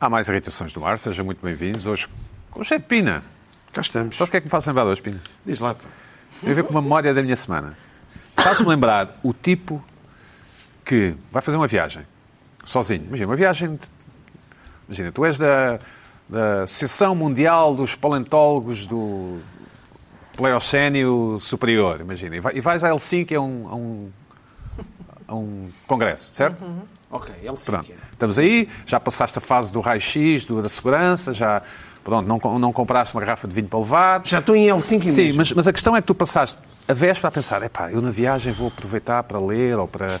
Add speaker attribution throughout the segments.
Speaker 1: Há mais irritações do ar, sejam muito bem-vindos. Hoje com o chefe de Pina.
Speaker 2: Cá estamos.
Speaker 1: Sabes o que é que me faz lembrar hoje, Pina?
Speaker 2: Diz lá, pá.
Speaker 1: Tem a ver com uma memória da minha semana. Faz-me lembrar o tipo que vai fazer uma viagem, sozinho. Imagina, uma viagem. de- Imagina, tu és da, da Associação Mundial dos Paleontólogos do Pleocénio Superior, imagina. E, vai- e vais a Helsinki a um, a um, a um congresso, certo?
Speaker 2: Ok, ele sim
Speaker 1: Pronto,
Speaker 2: que é.
Speaker 1: estamos aí, já passaste a fase do raio-x, do- da segurança, já pronto, não, co- não compraste uma garrafa de vinho para levar.
Speaker 2: Já estou em Helsinki
Speaker 1: Sim,
Speaker 2: mesmo.
Speaker 1: mas, mas a questão é que tu passaste a véspera a pensar, epá, eu na viagem vou aproveitar para ler ou para...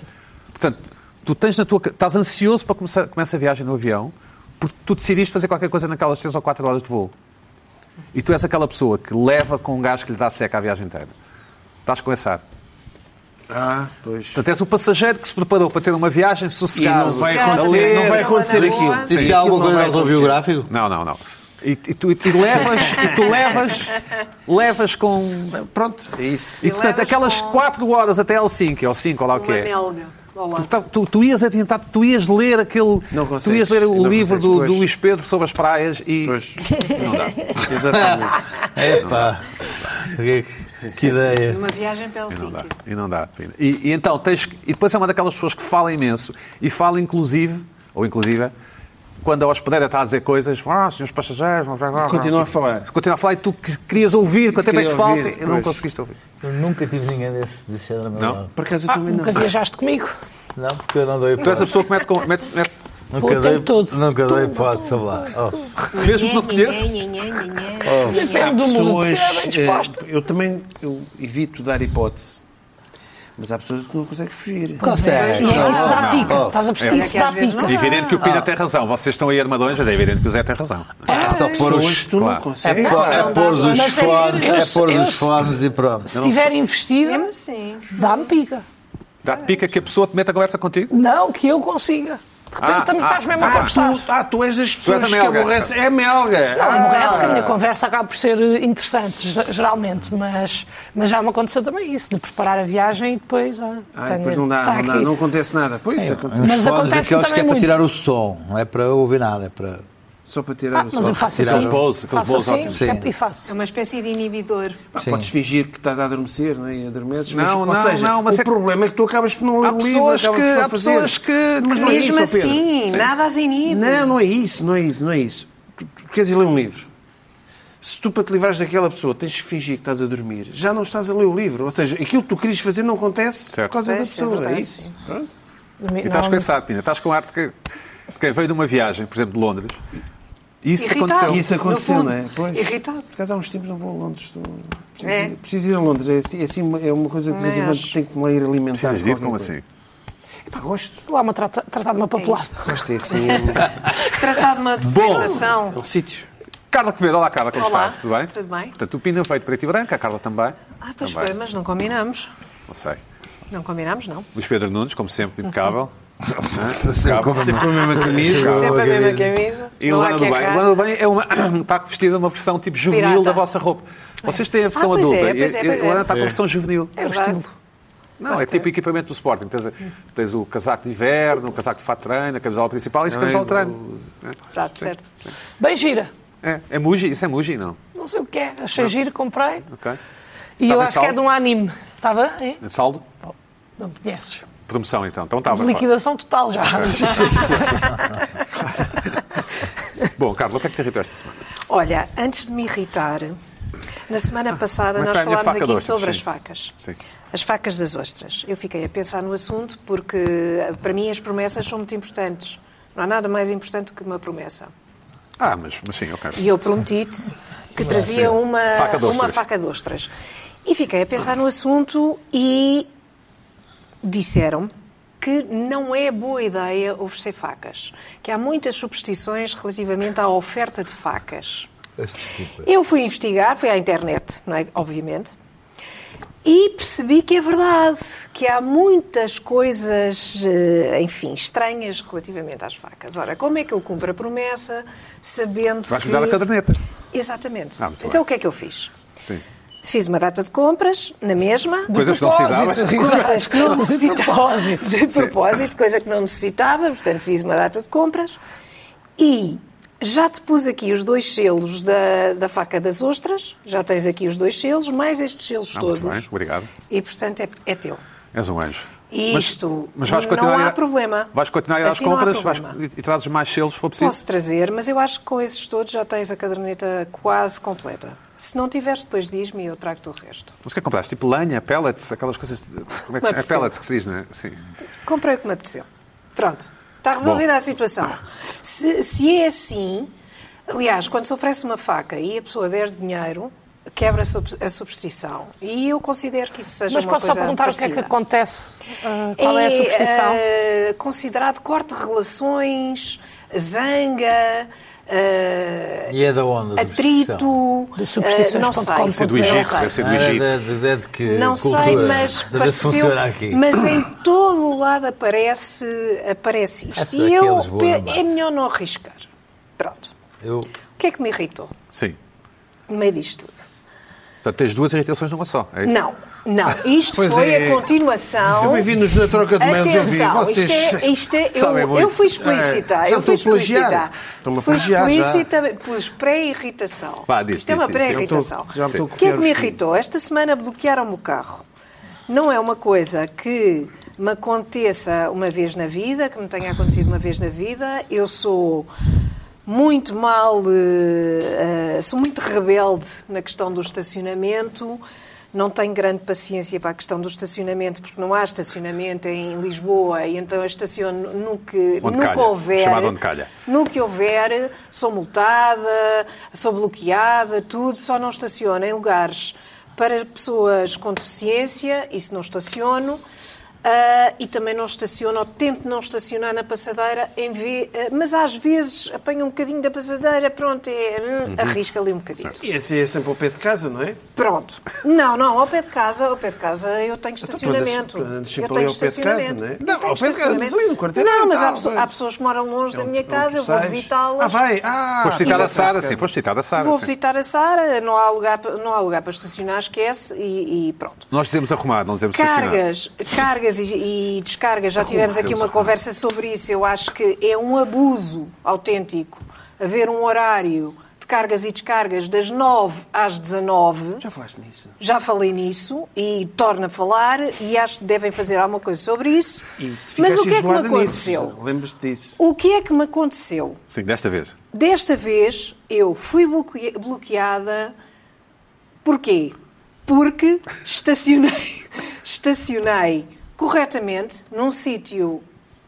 Speaker 1: Portanto, tu tens na tua... ca- Estás ansioso para começar começa a viagem no avião porque tu decidiste fazer qualquer coisa naquelas 3 ou 4 horas de voo. E tu és aquela pessoa que leva com um gás que lhe dá seca a viagem inteira. Estás com essa ar.
Speaker 2: Ah, pois.
Speaker 1: Portanto, és o passegeiro que se preparou para ter uma viagem sossegada.
Speaker 2: não vai
Speaker 1: a
Speaker 2: acontecer-
Speaker 1: ler,
Speaker 2: não vai
Speaker 1: a
Speaker 2: acontecer
Speaker 1: ler.
Speaker 2: aquilo.
Speaker 1: Sim.
Speaker 3: Isso é
Speaker 2: Aquilo
Speaker 3: alguma
Speaker 2: não
Speaker 3: coisa
Speaker 2: vai
Speaker 3: autobiográfico?
Speaker 1: Não, não, não. E, e tu, e tu levas, e tu levas, levas com.
Speaker 2: Pronto, é isso.
Speaker 1: E, portanto,
Speaker 4: levas
Speaker 1: aquelas
Speaker 4: com- um
Speaker 1: 4 horas até Helsinki, ou 5, ou lá o que
Speaker 4: Uma
Speaker 1: é.
Speaker 4: melga. Olá.
Speaker 1: Tu, tu, tu ias adiantar, tu ias ler aquele.
Speaker 2: Não
Speaker 1: tu
Speaker 2: consegues,
Speaker 1: ias ler o
Speaker 2: não
Speaker 1: livro
Speaker 2: consegues,
Speaker 1: do, do
Speaker 2: pois.
Speaker 1: Luís Pedro sobre as praias e.
Speaker 2: Pois. Exatamente.
Speaker 3: Epá, que, que ideia.
Speaker 4: Uma viagem para
Speaker 1: E não dá,
Speaker 4: Helsinki.
Speaker 1: e não dá. Pina. E, e então tens que- e depois é uma daquelas pessoas que fala imenso e fala inclusive, ou inclusive, quando a hospedeira está a dizer coisas, ah, senhores passageiros, blá, blá, blá,
Speaker 2: Continua
Speaker 1: blá."
Speaker 2: a falar.
Speaker 1: Continua a falar e tu que- querias ouvir, quanto tempo é que
Speaker 2: Queria
Speaker 1: falta,
Speaker 2: ouvir,
Speaker 1: e não
Speaker 2: pois.
Speaker 1: conseguiste ouvir.
Speaker 3: Eu nunca tive ninguém desse de género meu
Speaker 1: Não?
Speaker 3: lado.
Speaker 2: Por acaso eu
Speaker 5: Ah,
Speaker 2: também não.
Speaker 5: nunca viajaste comigo?
Speaker 3: Não, porque eu não
Speaker 1: Tu
Speaker 3: dou
Speaker 1: és a
Speaker 3: hipótese.
Speaker 1: pessoa que mete, com- mete, mete
Speaker 5: Vou
Speaker 3: Nunca
Speaker 5: o
Speaker 3: dou,
Speaker 5: tempo todo.
Speaker 3: nunca dou hipótese, sabe lá. Oh,
Speaker 1: mesmo que não te conheças.
Speaker 2: Há
Speaker 5: Depende do mundo. Se
Speaker 2: pessoas.
Speaker 5: estiver bem disposta.
Speaker 2: eh, eu também eu evito dar hipótese. Mas há pessoas que não conseguem fugir.
Speaker 3: Consegue.
Speaker 5: E é que isso dá
Speaker 1: não,
Speaker 5: pica.
Speaker 2: Oh,
Speaker 3: não.
Speaker 5: Estás a perceber?
Speaker 4: É
Speaker 5: Isso
Speaker 4: que às
Speaker 5: dá
Speaker 4: vezes
Speaker 5: pica.
Speaker 4: não
Speaker 1: É evidente que o
Speaker 4: Ah.
Speaker 1: Pina tem razão. Vocês estão aí armadões, mas é evidente que o Zé tem razão.
Speaker 3: É só pôr
Speaker 2: Pessoas
Speaker 3: os...
Speaker 2: que tu
Speaker 1: claro.
Speaker 2: não consegues.
Speaker 3: É pôr- é pôr os
Speaker 5: Mas é-
Speaker 3: fones,
Speaker 5: eu-
Speaker 3: é pôr
Speaker 5: eu- Tá
Speaker 3: os fones e pronto.
Speaker 5: Se estiver investido,
Speaker 4: Mesmo assim.
Speaker 5: dá-me pica.
Speaker 4: Ah.
Speaker 1: Dá pica que a pessoa te mete a conversa contigo?
Speaker 5: Não, que eu consiga. De
Speaker 1: Ah,
Speaker 5: repente também
Speaker 1: ah,
Speaker 5: estás mesmo a
Speaker 2: Ah,
Speaker 5: conversar.
Speaker 2: tu, ah, tu és das pessoas
Speaker 1: és a
Speaker 2: que
Speaker 1: Melga.
Speaker 2: aborrecem. É Melga.
Speaker 5: Não,
Speaker 2: Ah,
Speaker 5: aborrece que é, a minha conversa acaba por ser eh, interessante, ge- geralmente, mas, mas já me aconteceu também isso, de preparar a viagem e depois. olha,
Speaker 2: Ah,
Speaker 5: tenho-
Speaker 2: depois não dá,
Speaker 5: tá
Speaker 2: não, dá,
Speaker 5: aqui. É.
Speaker 2: não acontece nada. Pois isso acontece.
Speaker 3: Uns
Speaker 5: Mas
Speaker 3: fones
Speaker 5: acontece
Speaker 3: daqueles que é
Speaker 5: também
Speaker 3: para
Speaker 5: muito.
Speaker 3: tirar o som, não é para ouvir nada, é para...
Speaker 2: Só para tirar
Speaker 5: Ah,
Speaker 2: o
Speaker 5: mas
Speaker 2: som.
Speaker 5: eu faço
Speaker 3: Tirar
Speaker 5: assim.
Speaker 3: os
Speaker 1: bolsos, aqueles
Speaker 5: faço
Speaker 1: bolsos
Speaker 5: assim,
Speaker 1: ótimos.
Speaker 3: Sim.
Speaker 5: E
Speaker 4: É
Speaker 5: faço.
Speaker 4: uma espécie de inibidor.
Speaker 2: Ah, Podes fingir que estás a adormecer né? e adormeces, mas,
Speaker 1: Não,
Speaker 2: ou
Speaker 1: não,
Speaker 2: seja,
Speaker 1: não, mas
Speaker 2: o
Speaker 1: é que-
Speaker 2: problema é que tu acabas por não ler
Speaker 1: Há
Speaker 2: o livro.
Speaker 1: pessoas
Speaker 2: acabas
Speaker 1: que-
Speaker 2: por não
Speaker 1: há
Speaker 2: fazer.
Speaker 1: pessoas que- mas
Speaker 2: não é isso,
Speaker 4: Mesmo
Speaker 2: ó Pedro.
Speaker 4: assim, nada as inibe.
Speaker 2: Não, não é isso, não é isso, não é isso. Tu, tu queres ir ler um livro. Se tu, para te livrares daquela pessoa, tens que fingir que estás a dormir, já não estás a ler o livro. Ou seja, aquilo que tu querias fazer não acontece
Speaker 1: Certo.
Speaker 2: por causa da
Speaker 4: Pois, é
Speaker 2: pessoa. É,
Speaker 4: verdade,
Speaker 2: isso.
Speaker 4: sim.
Speaker 2: Pronto.
Speaker 1: E estás com esse ar, Pina. Estás com ar de que- de quem veio de uma viagem, por exemplo, de Londres. E isso te
Speaker 4: Irritado.
Speaker 1: aconteceu.
Speaker 2: E isso
Speaker 4: No
Speaker 2: aconteceu,
Speaker 4: fundo,
Speaker 2: não é? Pois.
Speaker 4: irritado.
Speaker 2: Por acaso há uns tempos não vou a Londres. Estou... Preciso,
Speaker 4: É.
Speaker 2: preciso ir a Londres. É, assim- é assim uma- é uma coisa que de vez em
Speaker 4: Mas-
Speaker 2: quando tenho que me ir alimentar.
Speaker 1: Precisas
Speaker 2: de
Speaker 1: de ir?
Speaker 2: qualquer
Speaker 1: Como
Speaker 2: coisa.
Speaker 1: assim?
Speaker 2: Epá, gosto.
Speaker 5: Lá uma trata- tratar de uma papelada.
Speaker 2: Gosto é assim. um-
Speaker 4: Tratar de uma documentação.
Speaker 1: Então
Speaker 2: É um sítio.
Speaker 1: Carla Quevedo, olá Carla, como
Speaker 4: Olá,
Speaker 1: estás? Tudo bem?
Speaker 4: tudo bem.
Speaker 1: Portanto, o Pina veio de preto e branco, a Carla também.
Speaker 4: Ah, pois
Speaker 1: também.
Speaker 4: foi, mas não combinamos.
Speaker 1: Não sei.
Speaker 4: Não combinamos, não.
Speaker 1: Luís Pedro Nunes, como sempre, impecável.
Speaker 3: Sempre com a mesma
Speaker 4: Sempre a mesma camisa.
Speaker 1: E
Speaker 4: não há
Speaker 1: Lana do
Speaker 4: que
Speaker 1: Bem.
Speaker 4: errar.
Speaker 1: Lana do Bem é uma, está vestida uma versão tipo juvenil
Speaker 4: Pirata.
Speaker 1: da vossa roupa. Vocês têm a versão
Speaker 4: Ah, pois é,
Speaker 1: adulta.
Speaker 4: pois é,
Speaker 1: e-
Speaker 4: pois
Speaker 1: e
Speaker 4: é.
Speaker 1: Lana está com a versão juvenil.
Speaker 4: É verdade.
Speaker 1: Não, é tipo equipamento do Sporting. Tens, tens o casaco de inverno, o casaco de fato de treino, a camisola principal e isso é camisola de treino.
Speaker 4: Exato, certo.
Speaker 5: Bem gira.
Speaker 1: É, é Muji? Isso é Muji, não?
Speaker 5: Não sei o que é. Achei giro, comprei.
Speaker 1: Ok.
Speaker 5: E
Speaker 1: Estava
Speaker 5: eu
Speaker 1: em
Speaker 5: acho que é
Speaker 1: saldo?
Speaker 5: de um anime. Estava? hein?
Speaker 1: É Saldo?
Speaker 5: Não me conheces.
Speaker 1: Promoção, então. Então estava.
Speaker 5: Liquidação total já.
Speaker 1: Bom, Carla, o que é que te irritou esta semana?
Speaker 4: Olha, antes de me irritar, na semana passada
Speaker 1: como é que
Speaker 4: nós
Speaker 1: vai a minha
Speaker 4: falámos
Speaker 1: faca
Speaker 4: aqui
Speaker 1: de ostras?
Speaker 4: sobre
Speaker 1: Sim.
Speaker 4: as facas.
Speaker 1: Sim.
Speaker 4: As facas das ostras. Eu fiquei a pensar no assunto porque, para mim, as promessas são muito importantes. Não há nada mais importante que uma promessa.
Speaker 1: Ah, mas, mas sim, ok.
Speaker 4: E eu prometi-te que trazia uma
Speaker 1: Faca de ostras.
Speaker 4: uma faca de ostras. E fiquei a pensar no assunto e disseram-me que não é boa ideia oferecer facas. Que há muitas superstições relativamente à oferta de facas.
Speaker 3: Desculpa.
Speaker 4: Eu fui investigar, fui à internet, não é? Obviamente. E percebi que é verdade, que há muitas coisas, eh, enfim, estranhas relativamente às facas. Ora, como é que eu cumpro a promessa sabendo
Speaker 1: Vais
Speaker 4: que...
Speaker 1: mudar a caderneta.
Speaker 4: Exatamente.
Speaker 1: Ah, muito
Speaker 4: então
Speaker 1: bem.
Speaker 4: o que é que eu fiz?
Speaker 1: Sim.
Speaker 4: Fiz uma data de compras, na mesma.
Speaker 1: Coisas que não precisava.
Speaker 4: Coisas que não necessitava.
Speaker 5: propósito.
Speaker 4: De propósito, coisa que não necessitava, portanto fiz uma data de compras. E Já te pus aqui os dois selos da, da faca das ostras, já tens aqui os dois selos, mais estes selos
Speaker 1: Ah, muito
Speaker 4: todos.
Speaker 1: bem, obrigado.
Speaker 4: E, portanto, é, é teu.
Speaker 1: És um anjo.
Speaker 4: Isto, não
Speaker 1: a ir-
Speaker 4: há problema.
Speaker 1: Vais continuar a ir às
Speaker 4: Assim não há
Speaker 1: compras vais-
Speaker 4: problema.
Speaker 1: e, e trazes mais selos se for preciso.
Speaker 4: Posso trazer, mas eu acho que com esses todos já tens a caderneta quase completa. Se não tiveres, depois diz-me e eu trago-te o resto.
Speaker 1: Mas o que é que compraste? Tipo lenha, pellets, aquelas coisas. de- Como é que
Speaker 4: Uma
Speaker 1: se... É
Speaker 4: pessoa.
Speaker 1: pellets que se diz, não é? Sim.
Speaker 4: Comprei o que me apeteceu. Pronto. Está resolvida
Speaker 1: Bom.
Speaker 4: a situação. Se, se é assim, aliás, quando se oferece uma faca e a pessoa der dinheiro, quebra a sub- a substituição. E eu considero que isso seja
Speaker 5: Mas
Speaker 4: uma
Speaker 5: posso só
Speaker 4: coisa
Speaker 5: perguntar o que é que
Speaker 4: parecida.
Speaker 5: acontece? Ah, qual é a substituição?
Speaker 4: eh, considerado corte de relações, zanga, eh,
Speaker 3: E é da onda?
Speaker 4: atrito,
Speaker 5: De
Speaker 4: eh, não sei.
Speaker 5: substituições.com.br. Deve
Speaker 1: ser do
Speaker 4: Não
Speaker 1: Egito,
Speaker 4: sei.
Speaker 1: deve ser do
Speaker 3: Ah,
Speaker 1: Egito.
Speaker 3: de, de, de, de que
Speaker 4: Não
Speaker 3: cultura?
Speaker 4: sei, mas
Speaker 3: De- de-
Speaker 4: pareceu,
Speaker 3: funciona aqui.
Speaker 4: mas em todo o lado aparece, aparece isto.
Speaker 3: Essa
Speaker 4: e
Speaker 3: daqui é
Speaker 4: eu
Speaker 3: Lisboa,
Speaker 4: pe-
Speaker 3: não bate.
Speaker 4: é melhor não arriscar. Pronto.
Speaker 3: Eu,
Speaker 4: O que é que me irritou
Speaker 1: Sim.
Speaker 4: no meio disto tudo?
Speaker 1: Portanto, tens duas irritações numa só. É isso?
Speaker 4: Não, não. Isto
Speaker 2: Pois
Speaker 4: foi
Speaker 2: é.
Speaker 4: a continuação.
Speaker 2: Bem-vindos na troca de mails, eu vi.
Speaker 4: Atenção,
Speaker 2: Vocês-
Speaker 4: isto é, isto é-
Speaker 1: Sabem
Speaker 4: eu,
Speaker 1: muito.
Speaker 4: eu fui explícita,
Speaker 2: É, já
Speaker 4: eu fui
Speaker 2: estou a plagiar.
Speaker 4: explícita.
Speaker 2: Estou-me a
Speaker 4: Fui
Speaker 2: plagiar já.
Speaker 4: explícita, pus pré-irritação.
Speaker 1: Vá, diz,
Speaker 4: Isto é uma
Speaker 1: diz, diz.
Speaker 4: pré-irritação.
Speaker 2: Eu estou- já me estou a
Speaker 4: O que é que me
Speaker 2: copiar os
Speaker 4: irritou? Esta semana bloquearam-me o carro. Não é uma coisa que me aconteça uma vez na vida, que me tenha acontecido uma vez na vida. Eu sou muito mal, eh, eh, sou muito rebelde na questão do estacionamento. Não tenho grande paciência para a questão do estacionamento, porque não há estacionamento em Lisboa, e então eu estaciono no que
Speaker 1: Onde
Speaker 4: nunca
Speaker 1: calha,
Speaker 4: houver.
Speaker 1: chamado onde calha.
Speaker 4: No que houver, sou multada, sou bloqueada, tudo, só não estaciono em lugares para pessoas com deficiência, isso não estaciono, ah, e também não estaciono, ou tento não estacionar na passadeira, em ve- ah, mas às vezes apanho um bocadinho da passadeira, pronto, é,
Speaker 2: Uhum.
Speaker 4: arrisca ali um bocadinho.
Speaker 2: E esse é sempre ao pé de casa, não é?
Speaker 4: Pronto. Não, não, ao pé de casa, ao pé de casa eu tenho
Speaker 2: Então, tu andas-
Speaker 4: estacionamento.
Speaker 2: tu andas sempre
Speaker 4: eu
Speaker 2: ali
Speaker 4: tenho
Speaker 2: ao pé de casa,
Speaker 4: estacionamento.
Speaker 2: não é?
Speaker 4: Eu
Speaker 2: Não,
Speaker 4: tenho
Speaker 2: ao pé de casa,
Speaker 4: estacionamento.
Speaker 2: mas ali no quarteirão tá, É
Speaker 4: Não,
Speaker 2: e
Speaker 4: mas há,
Speaker 2: tal,
Speaker 4: pesso-
Speaker 2: vai.
Speaker 4: há pessoas que moram longe da minha
Speaker 2: Não
Speaker 4: casa, eu vou
Speaker 2: sais.
Speaker 4: visitá-las.
Speaker 2: um Ah, vai! Ah!
Speaker 1: Foste citar
Speaker 2: E
Speaker 1: a Sara,
Speaker 2: vai-
Speaker 1: sim, foste citar a Sara.
Speaker 4: Vou
Speaker 1: sim.
Speaker 4: visitar a Sara, não há lugar, pa- não há lugar para estacionar, esquece e, e pronto.
Speaker 1: Nós dizemos arrumado, não dizemos estacionado.
Speaker 4: Cargas, cargas e, e descargas, já tivemos aqui uma conversa sobre isso. Eu acho que é um abuso autêntico haver um horário de cargas e descargas das 9 às 19.
Speaker 2: Já falaste nisso?
Speaker 4: Já falei nisso e torno a falar e acho que devem fazer alguma coisa sobre isso.
Speaker 2: E te ficaste
Speaker 4: Mas o que é que me
Speaker 2: isolada nisso,
Speaker 4: aconteceu?
Speaker 2: Lembras-te disso?
Speaker 4: O que é que me aconteceu?
Speaker 1: Sim, desta vez.
Speaker 4: Desta vez eu fui bloque- bloqueada. Porquê? Porque estacionei, estacionei corretamente num sítio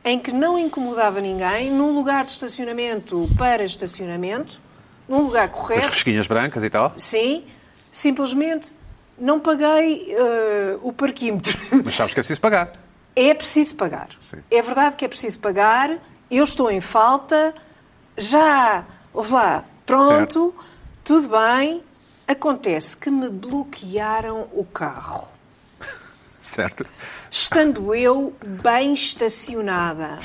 Speaker 4: em que não incomodava ninguém, num lugar de estacionamento para estacionamento, num lugar
Speaker 1: As
Speaker 4: correto.
Speaker 1: risquinhas brancas e tal.
Speaker 4: Sim, simplesmente não paguei eh, o parquímetro.
Speaker 1: Mas sabes que é preciso pagar.
Speaker 4: É preciso pagar.
Speaker 1: Sim.
Speaker 4: É verdade que é preciso pagar. Eu estou em falta. Já, ouve lá, pronto, tudo bem. Acontece que me bloquearam o carro.
Speaker 1: Certo?
Speaker 4: Estando eu bem estacionada,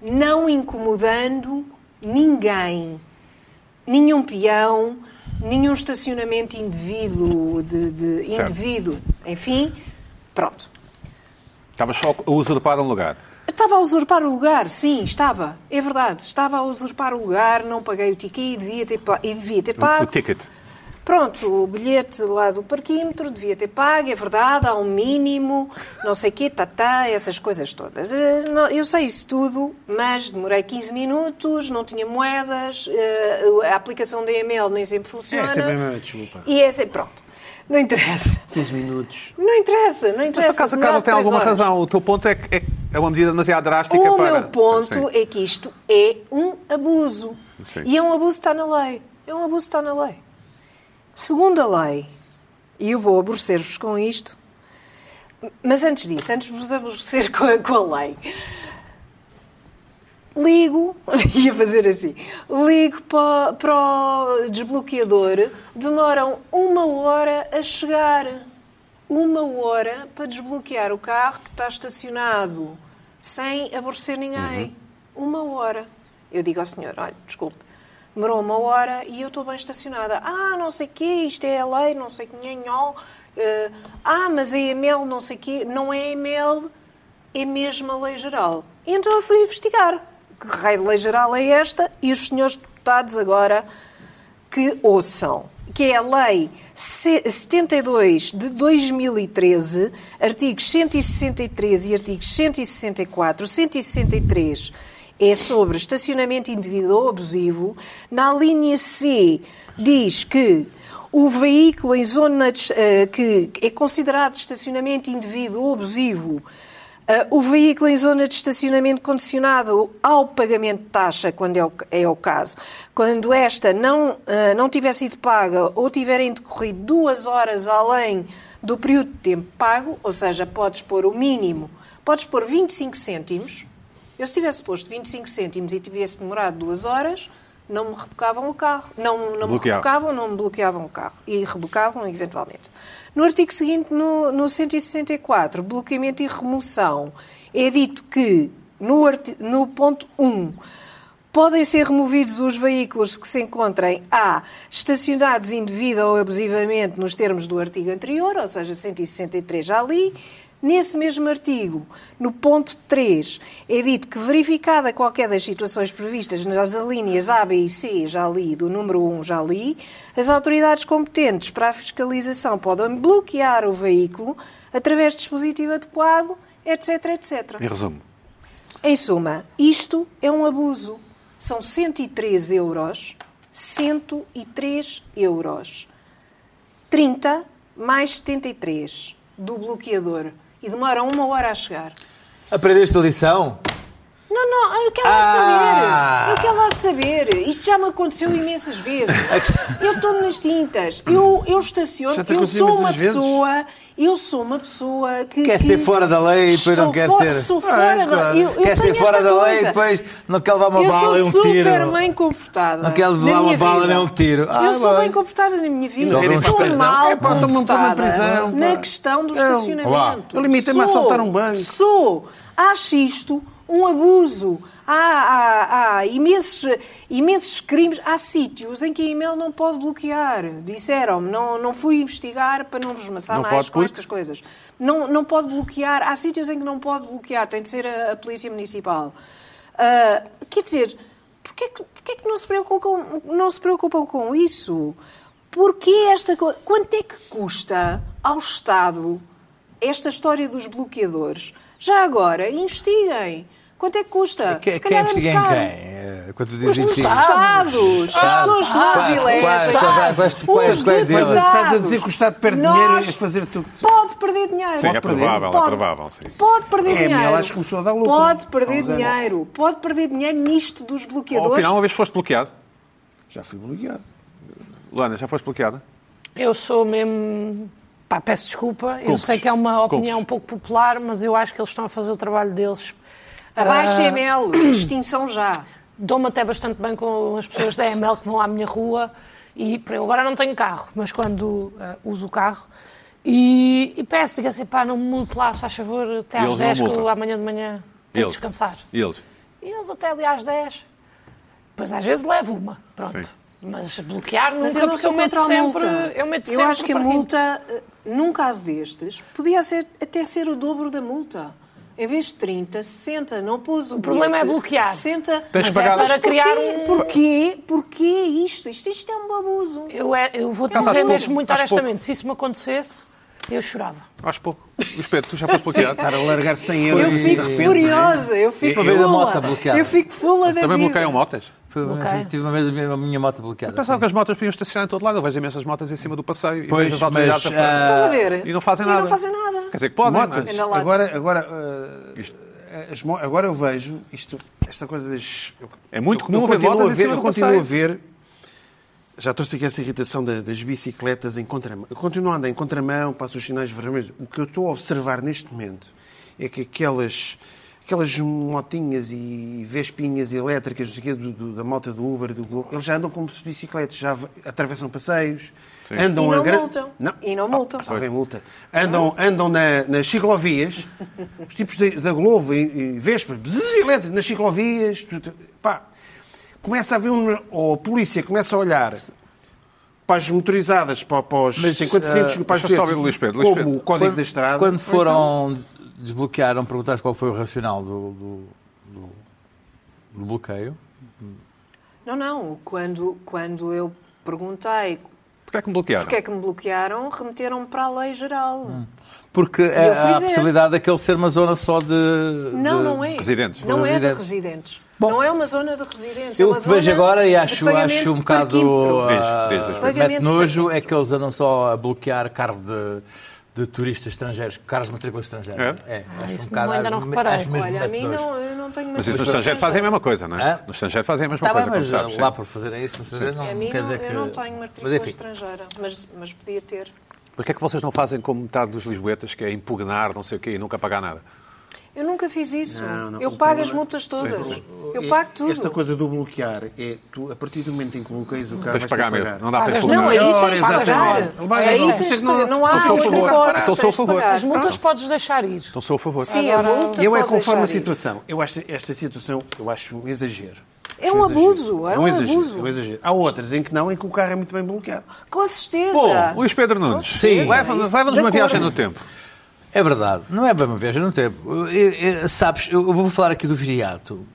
Speaker 4: não incomodando ninguém, nenhum peão, nenhum estacionamento indevido, de, de
Speaker 1: Certo.
Speaker 4: indivíduo, enfim, pronto.
Speaker 1: Estavas só a usurpar um lugar.
Speaker 4: Estava a usurpar o lugar, sim, estava. É verdade, estava a usurpar o lugar, não paguei o ticket e devia ter, pa- e devia ter
Speaker 1: O,
Speaker 4: pago.
Speaker 1: o ticket.
Speaker 4: Pronto, o bilhete lá do parquímetro devia ter pago, é verdade, há um mínimo, não sei o quê, tatá, essas coisas todas. Eh, não- Eu sei isso tudo, mas demorei 15 minutos, não tinha moedas, eh, a aplicação da EML nem sempre
Speaker 1: É,
Speaker 4: funciona.
Speaker 2: sempre a mesma desculpa.
Speaker 4: E é sempre, pronto, não interessa.
Speaker 2: 15 minutos.
Speaker 4: Não interessa, não interessa.
Speaker 1: Mas por acaso a Carla tem
Speaker 4: demorava três
Speaker 1: alguma
Speaker 4: horas.
Speaker 1: razão. O teu ponto é que é, é uma medida demasiado drástica
Speaker 4: O
Speaker 1: para.
Speaker 4: meu ponto
Speaker 1: Sim.
Speaker 4: é que isto é um abuso.
Speaker 1: Sim.
Speaker 4: E é um abuso que está na lei. É um abuso que está na lei. Segundo a lei, e eu vou aborrecer-vos com isto, mas antes disso, antes de vos aborrecer com a, com a lei, ligo, ia fazer assim, ligo para, o- para o desbloqueador, demoram uma hora a chegar. Uma hora para desbloquear o carro que está estacionado, sem aborrecer ninguém. Uma hora. Eu digo ao senhor, olha, desculpe, demorou uma hora e eu estou bem estacionada. Ah, não sei o quê, isto é a lei, não sei o quê, nhanhó. Eh, ah, mas é e-mail, não sei o quê. Não é e-mail é mesmo a lei geral. E então eu fui investigar. Que raio de lei geral é esta? E os senhores deputados agora que ouçam, que é a Lei se- 72 de 2013, artigos 163 e artigos 164, 163 é sobre estacionamento individual abusivo. Na linha C diz que o veículo em zona de- eh, que é considerado estacionamento indivíduo abusivo ah, o veículo em zona de estacionamento condicionado ao pagamento de taxa, quando é o, é o caso, quando esta não, ah, não tiver sido paga ou tiverem decorrido duas horas além do período de tempo pago, ou seja, podes pôr o mínimo, podes pôr 25 cêntimos. Eu se tivesse posto 25 cêntimos e tivesse demorado duas horas, não me rebocavam o carro. Não, não me
Speaker 1: Bloqueavam.
Speaker 4: rebocavam rebocavam, não me bloqueavam o carro. E rebocavam, eventualmente. No artigo seguinte, no, no 164, bloqueamento e remoção, é dito que, no, arti- no ponto 1, podem ser removidos os veículos que se encontrem A. Estacionados indevida ou abusivamente nos termos do artigo anterior, ou seja, 163 já ali. Nesse mesmo artigo, no ponto 3, é dito que, verificada qualquer das situações previstas nas alíneas A, B e C, já li, do número 1, já li, as autoridades competentes para a fiscalização podem bloquear o veículo através de dispositivo adequado, etc, etc.
Speaker 1: Em resumo,
Speaker 4: Em suma, isto é um abuso. São 103 euros, 103 euros. 30 mais 73 do bloqueador. E demora uma hora a chegar.
Speaker 3: Aprendeste a lição?
Speaker 4: Não, não, eu não quero lá saber.
Speaker 3: Ah!
Speaker 4: Eu quero lá saber. Isto já me aconteceu imensas vezes. Eu estou nas tintas. Eu, eu estaciono.
Speaker 2: Já te
Speaker 4: Eu
Speaker 2: aconteceu
Speaker 4: sou uma
Speaker 2: imensas vezes?
Speaker 4: pessoa. Eu sou uma pessoa que.
Speaker 3: Quer
Speaker 4: que
Speaker 3: ser fora da lei e depois
Speaker 4: estou
Speaker 3: não quer
Speaker 4: fora-
Speaker 3: ter.
Speaker 4: Sou
Speaker 3: Pois,
Speaker 2: Ah,
Speaker 4: fora da
Speaker 3: claro.
Speaker 4: eu, eu
Speaker 3: quer ser
Speaker 4: tenho
Speaker 3: fora
Speaker 4: esta
Speaker 3: da lei e
Speaker 4: coisa.
Speaker 3: depois não quer levar uma
Speaker 4: eu
Speaker 3: bala e
Speaker 4: sou
Speaker 3: um
Speaker 4: super
Speaker 3: tiro.
Speaker 4: bem comportada.
Speaker 3: Não quer
Speaker 4: na
Speaker 3: levar uma
Speaker 4: minha
Speaker 3: bala
Speaker 4: vida.
Speaker 3: nem um tiro. Ah,
Speaker 4: eu sou
Speaker 3: bem.
Speaker 4: bem comportada na minha vida.
Speaker 3: não
Speaker 4: Eu
Speaker 3: vamos
Speaker 4: sou
Speaker 3: para a prisão.
Speaker 4: mal
Speaker 2: É pá, então não estou na
Speaker 4: comportada
Speaker 2: prisão, pá.
Speaker 4: na questão do
Speaker 2: Não. Olá.
Speaker 4: estacionamento.
Speaker 2: Eu limitei-me a
Speaker 4: Sou-
Speaker 2: assaltar um banco.
Speaker 4: Sou. Acho isto um abuso. Há, há- há imensos, imensos crimes. Há sítios em que a e-mail não pode bloquear. Disseram-me. Não, não fui investigar para não vos maçar
Speaker 1: Não
Speaker 4: mais
Speaker 1: pode
Speaker 4: com
Speaker 1: porque?
Speaker 4: estas coisas. Não, não pode bloquear. Há sítios em que não pode bloquear. Tem de ser a, a Polícia Municipal. Ah, quer dizer, porquê, que- porquê que não se, preocupam, não se preocupam com isso? Porquê esta coisa? Quanto é que custa ao Estado esta história dos bloqueadores. Já agora, investiguem. Quanto é que custa?
Speaker 3: Que-
Speaker 4: Se
Speaker 3: Quem
Speaker 4: calhar é
Speaker 3: investiga
Speaker 4: muito
Speaker 3: em
Speaker 4: caro.
Speaker 3: quem? Eh, Quando tu
Speaker 4: Os
Speaker 3: dizes investiga.
Speaker 4: deputados, as pessoas que nós
Speaker 3: Quais-
Speaker 4: elegem.
Speaker 3: quais- quais- quais-
Speaker 4: Os
Speaker 3: quais deles?
Speaker 4: deputados.
Speaker 2: Estás a dizer que o Estado perde
Speaker 4: Nós-
Speaker 2: dinheiro e é fazer tu-
Speaker 4: Pode perder dinheiro.
Speaker 1: Sim, é
Speaker 4: Pode perder.
Speaker 1: provável, é
Speaker 4: Pode-
Speaker 1: provável, sim.
Speaker 4: Pode perder
Speaker 2: É, a minha
Speaker 4: dinheiro.
Speaker 2: acho que começou a dar lucro.
Speaker 4: Pode
Speaker 2: Há
Speaker 4: perder
Speaker 2: uns anos.
Speaker 4: dinheiro. Pode perder dinheiro nisto dos
Speaker 1: ao
Speaker 4: bloqueadores.
Speaker 1: final, uma vez foste bloqueado.
Speaker 2: Já fui bloqueado.
Speaker 1: Luana, já foste bloqueada?
Speaker 5: Eu sou mesmo. Pá, peço desculpa. Eu
Speaker 1: Culpes.
Speaker 5: sei que é uma opinião
Speaker 1: Culpes.
Speaker 5: um pouco popular, mas eu acho que eles estão a fazer o trabalho deles.
Speaker 4: Abaixo
Speaker 5: Ah,
Speaker 4: ML, extinção já.
Speaker 5: Dou-me até bastante bem com as pessoas da ML que vão à minha rua. E por eu agora não tenho carro, mas quando ah, uso o carro. E, e peço, diga assim, pá, não me mude lá, se faz favor, até
Speaker 1: E
Speaker 5: às
Speaker 1: eles não
Speaker 5: 10 que eu
Speaker 1: multam.
Speaker 5: amanhã de manhã tenho que descansar.
Speaker 1: E eles?
Speaker 5: E eles até ali às 10. Pois às vezes levo uma, pronto.
Speaker 1: Sim.
Speaker 5: Mas bloquear nunca,
Speaker 4: Mas eu não
Speaker 5: porque eu
Speaker 4: sou
Speaker 5: meto
Speaker 4: contra a
Speaker 5: sempre...
Speaker 4: multa.
Speaker 5: Eu meto
Speaker 4: eu
Speaker 5: sempre
Speaker 4: acho que a
Speaker 5: partido.
Speaker 4: multa, eh, num caso destes, podia ser, até ser o dobro da multa. Em vez de 30, 60, não pôs o O
Speaker 5: problema é bloquear.
Speaker 4: 60,
Speaker 1: Tens
Speaker 5: Mas
Speaker 1: que pagar-
Speaker 5: é para
Speaker 1: Mas
Speaker 5: criar
Speaker 4: porquê?
Speaker 5: um...
Speaker 4: Porquê? Porquê isto? Isto, isto é um abuso.
Speaker 5: Eu, é- eu vou
Speaker 1: Mas
Speaker 5: dizer
Speaker 1: acho
Speaker 5: mesmo
Speaker 1: pouco,
Speaker 5: muito
Speaker 1: acho
Speaker 5: honestamente, se isso me acontecesse, eu chorava.
Speaker 1: Acho pouco. O espeto, tu já foste bloqueado.
Speaker 2: Estar a largar 100 euros
Speaker 4: Eu
Speaker 2: e
Speaker 4: fico
Speaker 2: de repente...
Speaker 4: furiosa, eu fico
Speaker 3: Eu- eu-
Speaker 4: fula.
Speaker 3: a moto bloqueada.
Speaker 4: Eu fico fula da
Speaker 1: Também
Speaker 4: vida.
Speaker 1: bloqueiam motas?
Speaker 3: Foi uma-
Speaker 5: Ok.
Speaker 3: Tive uma vez a minha, a minha moto bloqueada.
Speaker 1: Pensava que as motas podiam estacionar em todo lado. Eu vejo imensas motas em cima do passeio
Speaker 3: Pois,
Speaker 1: e vejo as autoridades
Speaker 3: mas,
Speaker 1: a fazer-
Speaker 4: Estás a ver?
Speaker 1: E não fazem nada.
Speaker 4: E não fazem nada.
Speaker 1: Quer dizer que podem, não é?
Speaker 2: Motas.
Speaker 4: na lata.
Speaker 2: Agora, agora, ah, as mo- agora eu vejo isto, esta coisa das. eu-
Speaker 1: É muito
Speaker 2: eu-
Speaker 1: comum
Speaker 2: eu
Speaker 1: haver
Speaker 2: continuo
Speaker 1: motas
Speaker 2: a
Speaker 1: em
Speaker 2: ver,
Speaker 1: cima
Speaker 2: Eu
Speaker 1: do
Speaker 2: continuo
Speaker 1: passeio.
Speaker 2: a ver. Já trouxe aqui essa irritação da- das bicicletas em contramão. Eu continuo a andar em contramão, passo os sinais vermelhos. O que eu estou a observar neste momento é que aquelas, aquelas motinhas e vespinhas elétricas, não sei o quê, do- do- da moto do Uber, do Globo, eles já andam como bicicletas, já v- atravessam passeios, andam
Speaker 4: E não
Speaker 2: a gran-
Speaker 4: multam.
Speaker 2: Não.
Speaker 4: E não multam.
Speaker 2: Ah, alguém multa. Andam, andam na- nas ciclovias, os tipos de- da Globo e, e Vespa, bzzz, elétrico, nas ciclovias. tu- tu- Pá, começa a haver um. Ou a polícia começa a olhar para as motorizadas, para, para os
Speaker 3: Mas,
Speaker 2: 500,
Speaker 1: ah,
Speaker 2: para os
Speaker 1: deixa eu só
Speaker 2: 500,
Speaker 1: ver o Luís Pedro. Luís
Speaker 2: como
Speaker 1: Pedro,
Speaker 2: o Código da Estrada.
Speaker 3: Quando
Speaker 2: Então?
Speaker 1: um-
Speaker 3: foram, desbloquearam, perguntaste qual foi o racional do, do, do- do bloqueio.
Speaker 4: Não, não. Quando, quando eu perguntei
Speaker 1: Porquê é que me bloquearam?
Speaker 4: porque é que me bloquearam, remeteram-me para a lei geral.
Speaker 3: Porque
Speaker 4: Eu fui
Speaker 3: há a
Speaker 4: ver.
Speaker 3: possibilidade daquele ser uma zona só de.
Speaker 4: Não,
Speaker 3: de-
Speaker 4: não é.
Speaker 1: Residentes.
Speaker 4: Não é de
Speaker 3: Residentes.
Speaker 4: residentes.
Speaker 3: Bom,
Speaker 4: não é uma zona de residentes. é
Speaker 3: Eu
Speaker 4: uma
Speaker 3: o que vejo
Speaker 4: zona
Speaker 3: agora e
Speaker 4: de
Speaker 3: acho,
Speaker 4: pagamento
Speaker 3: acho um
Speaker 4: por
Speaker 3: bocado.
Speaker 4: quilómetro.
Speaker 1: Vês,
Speaker 3: ah,
Speaker 1: vês, vês, vês.
Speaker 3: mete
Speaker 4: Pagamento
Speaker 3: nojo
Speaker 4: por
Speaker 3: é que eles andam só a bloquear carros de, de turistas estrangeiros, carros de matrícula estrangeira.
Speaker 1: É?
Speaker 4: Ah,
Speaker 3: acho um
Speaker 5: isso ainda não reparei.
Speaker 3: acho mesmo
Speaker 4: Olha, a
Speaker 3: mete
Speaker 4: mim
Speaker 3: nojo.
Speaker 4: não, eu não tenho
Speaker 1: Mas
Speaker 4: mais
Speaker 1: isso no estrangeiro fazem a mesma coisa, não é?
Speaker 3: Hã?
Speaker 1: No estrangeiro fazem a mesma
Speaker 3: Está bem,
Speaker 1: coisa, como
Speaker 3: mas uh,
Speaker 1: sabes.
Speaker 3: lá
Speaker 1: sim.
Speaker 3: por fazer isso, não, sei, não
Speaker 4: A mim
Speaker 3: quer
Speaker 4: não,
Speaker 3: dizer que.
Speaker 4: eu não tenho
Speaker 3: mas
Speaker 4: matrícula
Speaker 3: enfim,
Speaker 4: estrangeira, mas, mas podia ter.
Speaker 1: Mas o que é que vocês não fazem como metade dos lisboetas, que é impugnar não sei o quê e nunca pagar nada?
Speaker 4: Eu nunca fiz isso.
Speaker 2: Não, não,
Speaker 4: eu
Speaker 2: o
Speaker 4: pago
Speaker 2: problema-
Speaker 4: as multas todas. Eu
Speaker 2: É-
Speaker 4: pago tudo.
Speaker 2: Esta coisa do bloquear é tu, a partir do momento em que bloqueias o carro,
Speaker 1: Tens
Speaker 2: vais
Speaker 1: de
Speaker 2: ter que
Speaker 1: pagar mesmo.
Speaker 2: pagar.
Speaker 1: Não dá para
Speaker 5: Pagas-
Speaker 1: impugnar.
Speaker 4: Não, aí
Speaker 2: Ora,
Speaker 4: tens é de pagar.
Speaker 2: exatamente. Ele vai
Speaker 4: Aí
Speaker 2: igual.
Speaker 4: tens
Speaker 2: Vocês
Speaker 4: de
Speaker 2: não-
Speaker 4: pagar. Não
Speaker 2: sou
Speaker 4: há
Speaker 2: a
Speaker 4: outra
Speaker 2: favor.
Speaker 4: hipótese.
Speaker 1: Sou- sou a
Speaker 4: tens de
Speaker 1: favor.
Speaker 4: pagar.
Speaker 5: As multas podes deixar ir.
Speaker 1: Então sou a favor.
Speaker 4: Sim, a
Speaker 5: Agora-
Speaker 4: multa
Speaker 2: Eu é
Speaker 4: pode
Speaker 2: conforme a
Speaker 4: deixar ir.
Speaker 2: situação. Eu acho esta situação, eu acho um exagero.
Speaker 4: É
Speaker 2: Acho
Speaker 4: um
Speaker 2: exagero.
Speaker 4: abuso, é um
Speaker 2: exagero,
Speaker 4: abuso.
Speaker 2: é um exagero. Há outras em que não, em que o carro é muito bem bloqueado.
Speaker 4: Com certeza.
Speaker 1: Bom, Luís Pedro Nunes,
Speaker 3: certeza.
Speaker 1: leva-nos
Speaker 4: Isso,
Speaker 1: leva-nos
Speaker 4: de
Speaker 1: uma
Speaker 4: acordo.
Speaker 1: viagem no tempo.
Speaker 3: É verdade, não é bem uma viagem, não tem. Eu- eu- eu- sabes, eu eu vou falar aqui do Viriato,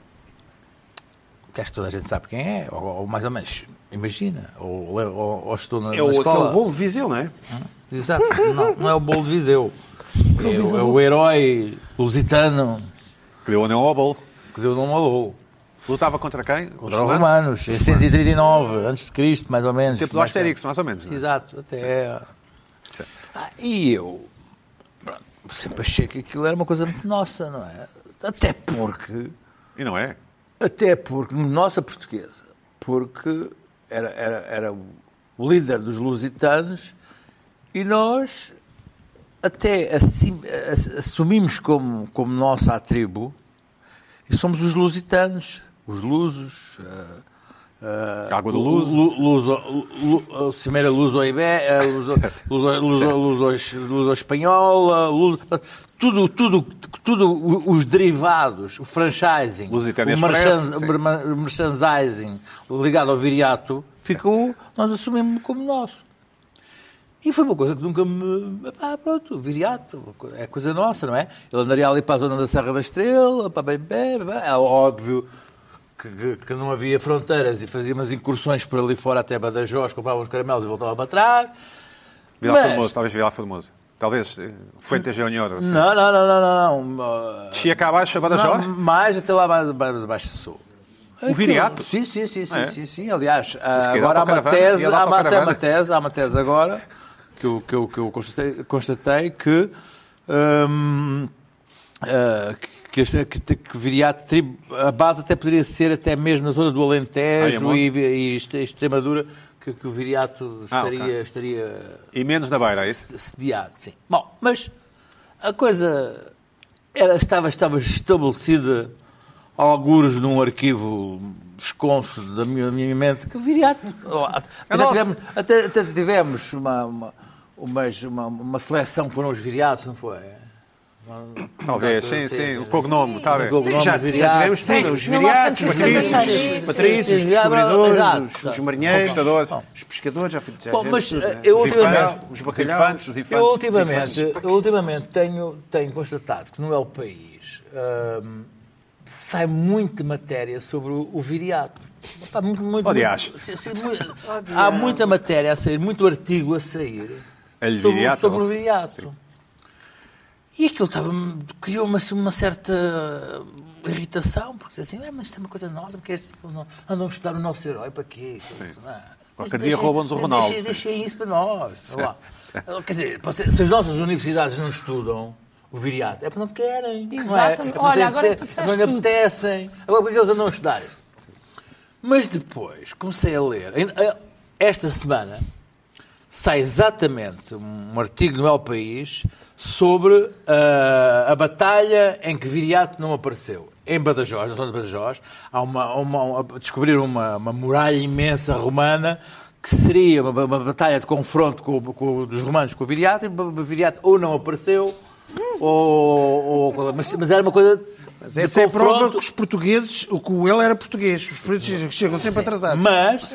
Speaker 3: que acho que toda a gente sabe quem é, ou, ou mais ou menos imagina, ou, le- ou- ou estudou na,
Speaker 2: É
Speaker 3: na
Speaker 2: o,
Speaker 3: escola.
Speaker 2: aquele bolo de Viseu, não é?
Speaker 3: Exato, não, não é o bolo de Viseu. É, o- é o herói lusitano
Speaker 1: Criou o Neobol.
Speaker 3: que deu nome ao bolo.
Speaker 1: Lutava contra quem? Os
Speaker 3: Contra os romanos, em 139 antes de Cristo, mais ou menos.
Speaker 1: Tipo do
Speaker 3: Mais
Speaker 1: Asterix,
Speaker 3: para-
Speaker 1: mais ou menos, não é?
Speaker 3: Exato, até.
Speaker 1: Sim.
Speaker 3: Ah, e eu pronto, sempre achei que aquilo era uma coisa muito nossa, não é? Até porque
Speaker 1: E não é?
Speaker 3: até porque, nossa portuguesa, porque era, era, era o líder dos lusitanos e nós até assim- ass- assumimos como, como nossa a tribo e somos os lusitanos, os lusos. ah, ah,
Speaker 1: Água do
Speaker 3: lu-
Speaker 1: Luso.
Speaker 3: lu- Luso, lu- lu- Cimeira Luso-Ibé, ah, Luso- Luso- Luso- Luso-Espanhola, Luso, tudo, tudo, tudo o- os derivados, o franchising,
Speaker 1: Lusitânia
Speaker 3: o merchan-
Speaker 1: Express, sim.
Speaker 3: merma- merchandising ligado ao viriato, ficou, nós assumimos como nosso. E foi uma coisa que nunca me. Ah, pronto, viriato, é coisa nossa, não é? Ele andaria ali para a zona da Serra da Estrela, pá, bem, bem, bem. é óbvio que, que- que não havia fronteiras e fazia umas incursões por ali fora até Badajoz, comprava uns caramelos e voltava para trás.
Speaker 1: Vila
Speaker 3: Mas-
Speaker 1: Formoso, talvez Vila Formoso. Talvez eh, Fuentes de União.
Speaker 3: Não, não, não, não, não. não.
Speaker 1: Descia cá abaixo, a Badajoz.
Speaker 3: Não, mais até lá mais, mais abaixo do sul. Aquilo-
Speaker 1: Viriato?
Speaker 3: Sim, sim, sim, sim,
Speaker 1: É.
Speaker 3: sim, sim. Aliás,
Speaker 1: Se calhar
Speaker 3: agora há uma
Speaker 1: autocaravana,
Speaker 3: tese,
Speaker 1: ia lá
Speaker 3: há uma,
Speaker 1: autocaravana.
Speaker 3: uma tese, há uma tese agora é que eu, que eu, que eu constatei, constatei que, hum, ah, que, que, que, que Viriato, tribo- a base até poderia ser até mesmo na zona do Alentejo
Speaker 1: Aiamonte?
Speaker 3: e, e Este- Extremadura que, que o Viriato
Speaker 1: Ah,
Speaker 3: estaria,
Speaker 1: ok.
Speaker 3: estaria
Speaker 1: E menos na Beira, é isso?
Speaker 3: se- sediado, sim. Bom, mas a coisa era, estava, estava estabelecida algures num arquivo esconso da minha, minha mente que viria até,
Speaker 1: nosso.
Speaker 3: tivemos, até, até tivemos uma, uma, umas- uma, uma seleção que foram os viriatos, não foi?
Speaker 1: Talvez, sim, sim. O cognome, tá talvez.
Speaker 3: O cognome
Speaker 2: Já, já
Speaker 3: viriato.
Speaker 2: tivemos tudo.
Speaker 5: Sim,
Speaker 2: Os viriatos, os
Speaker 5: 1966.
Speaker 2: patrícios, os patrícios, os
Speaker 3: Sim, sim, exato,
Speaker 2: descobridores, os-
Speaker 3: exato.
Speaker 2: os marinheiros,
Speaker 1: Conquistadores.
Speaker 2: os pescadores, já fizemos
Speaker 3: Bom, mas,
Speaker 2: tudo, não é?
Speaker 3: eh, eu
Speaker 1: Os
Speaker 3: ultimamente-
Speaker 1: infantes, os bacalhaus, os
Speaker 3: Eu
Speaker 1: infantes.
Speaker 3: ultimamente, eu ultimamente tenho, tenho constatado que no El País hum, sai muita matéria sobre o, o viriato. Pá, muito, muito,
Speaker 1: Aliás.
Speaker 3: muito- sim, sim, muito- há muita matéria a sair, muito artigo a sair
Speaker 1: El
Speaker 3: sobre,
Speaker 1: viriato.
Speaker 3: sobre o viriato. E aquilo estava, criou-me assim uma certa irritação, porque assim, "Ah, mas isto é uma coisa nossa, porque estes não- andam a estudar o nosso herói para quê? Não é?
Speaker 1: Qualquer
Speaker 3: Mas
Speaker 1: dia
Speaker 3: deixem-
Speaker 1: roubam-nos o Ronaldo,
Speaker 3: deixem-
Speaker 1: sim.
Speaker 3: deixem isso para nós. sei lá. Quer dizer, pode ser- se as nossas universidades não estudam o viriato, é porque não querem. não é?
Speaker 5: Exatamente.
Speaker 3: É porque não
Speaker 5: Olha,
Speaker 3: têm
Speaker 5: agora
Speaker 3: apete-
Speaker 5: tu disseste
Speaker 3: é porque não lhe
Speaker 5: tudo.
Speaker 3: apetecem. Agora, porque é que eles andam a estudar? Mas depois comecei a ler. Ainda- eh, Esta semana sai exatamente um artigo no El País sobre ah, a batalha em que Viriato não apareceu. Em Badajoz, na zona de Badajoz, há uma, uma- uma- descobriram uma, uma muralha imensa romana que seria uma, uma batalha de confronto com, o- com o- dos romanos com o Viriato, e o Viriato ou não apareceu, ou, ou- mas, mas era uma coisa
Speaker 2: Mas
Speaker 3: de
Speaker 2: essa é a prova que
Speaker 3: confronto.
Speaker 2: os portugueses, o que ele era português. Os portugueses chegam sempre atrasados.
Speaker 3: Mas,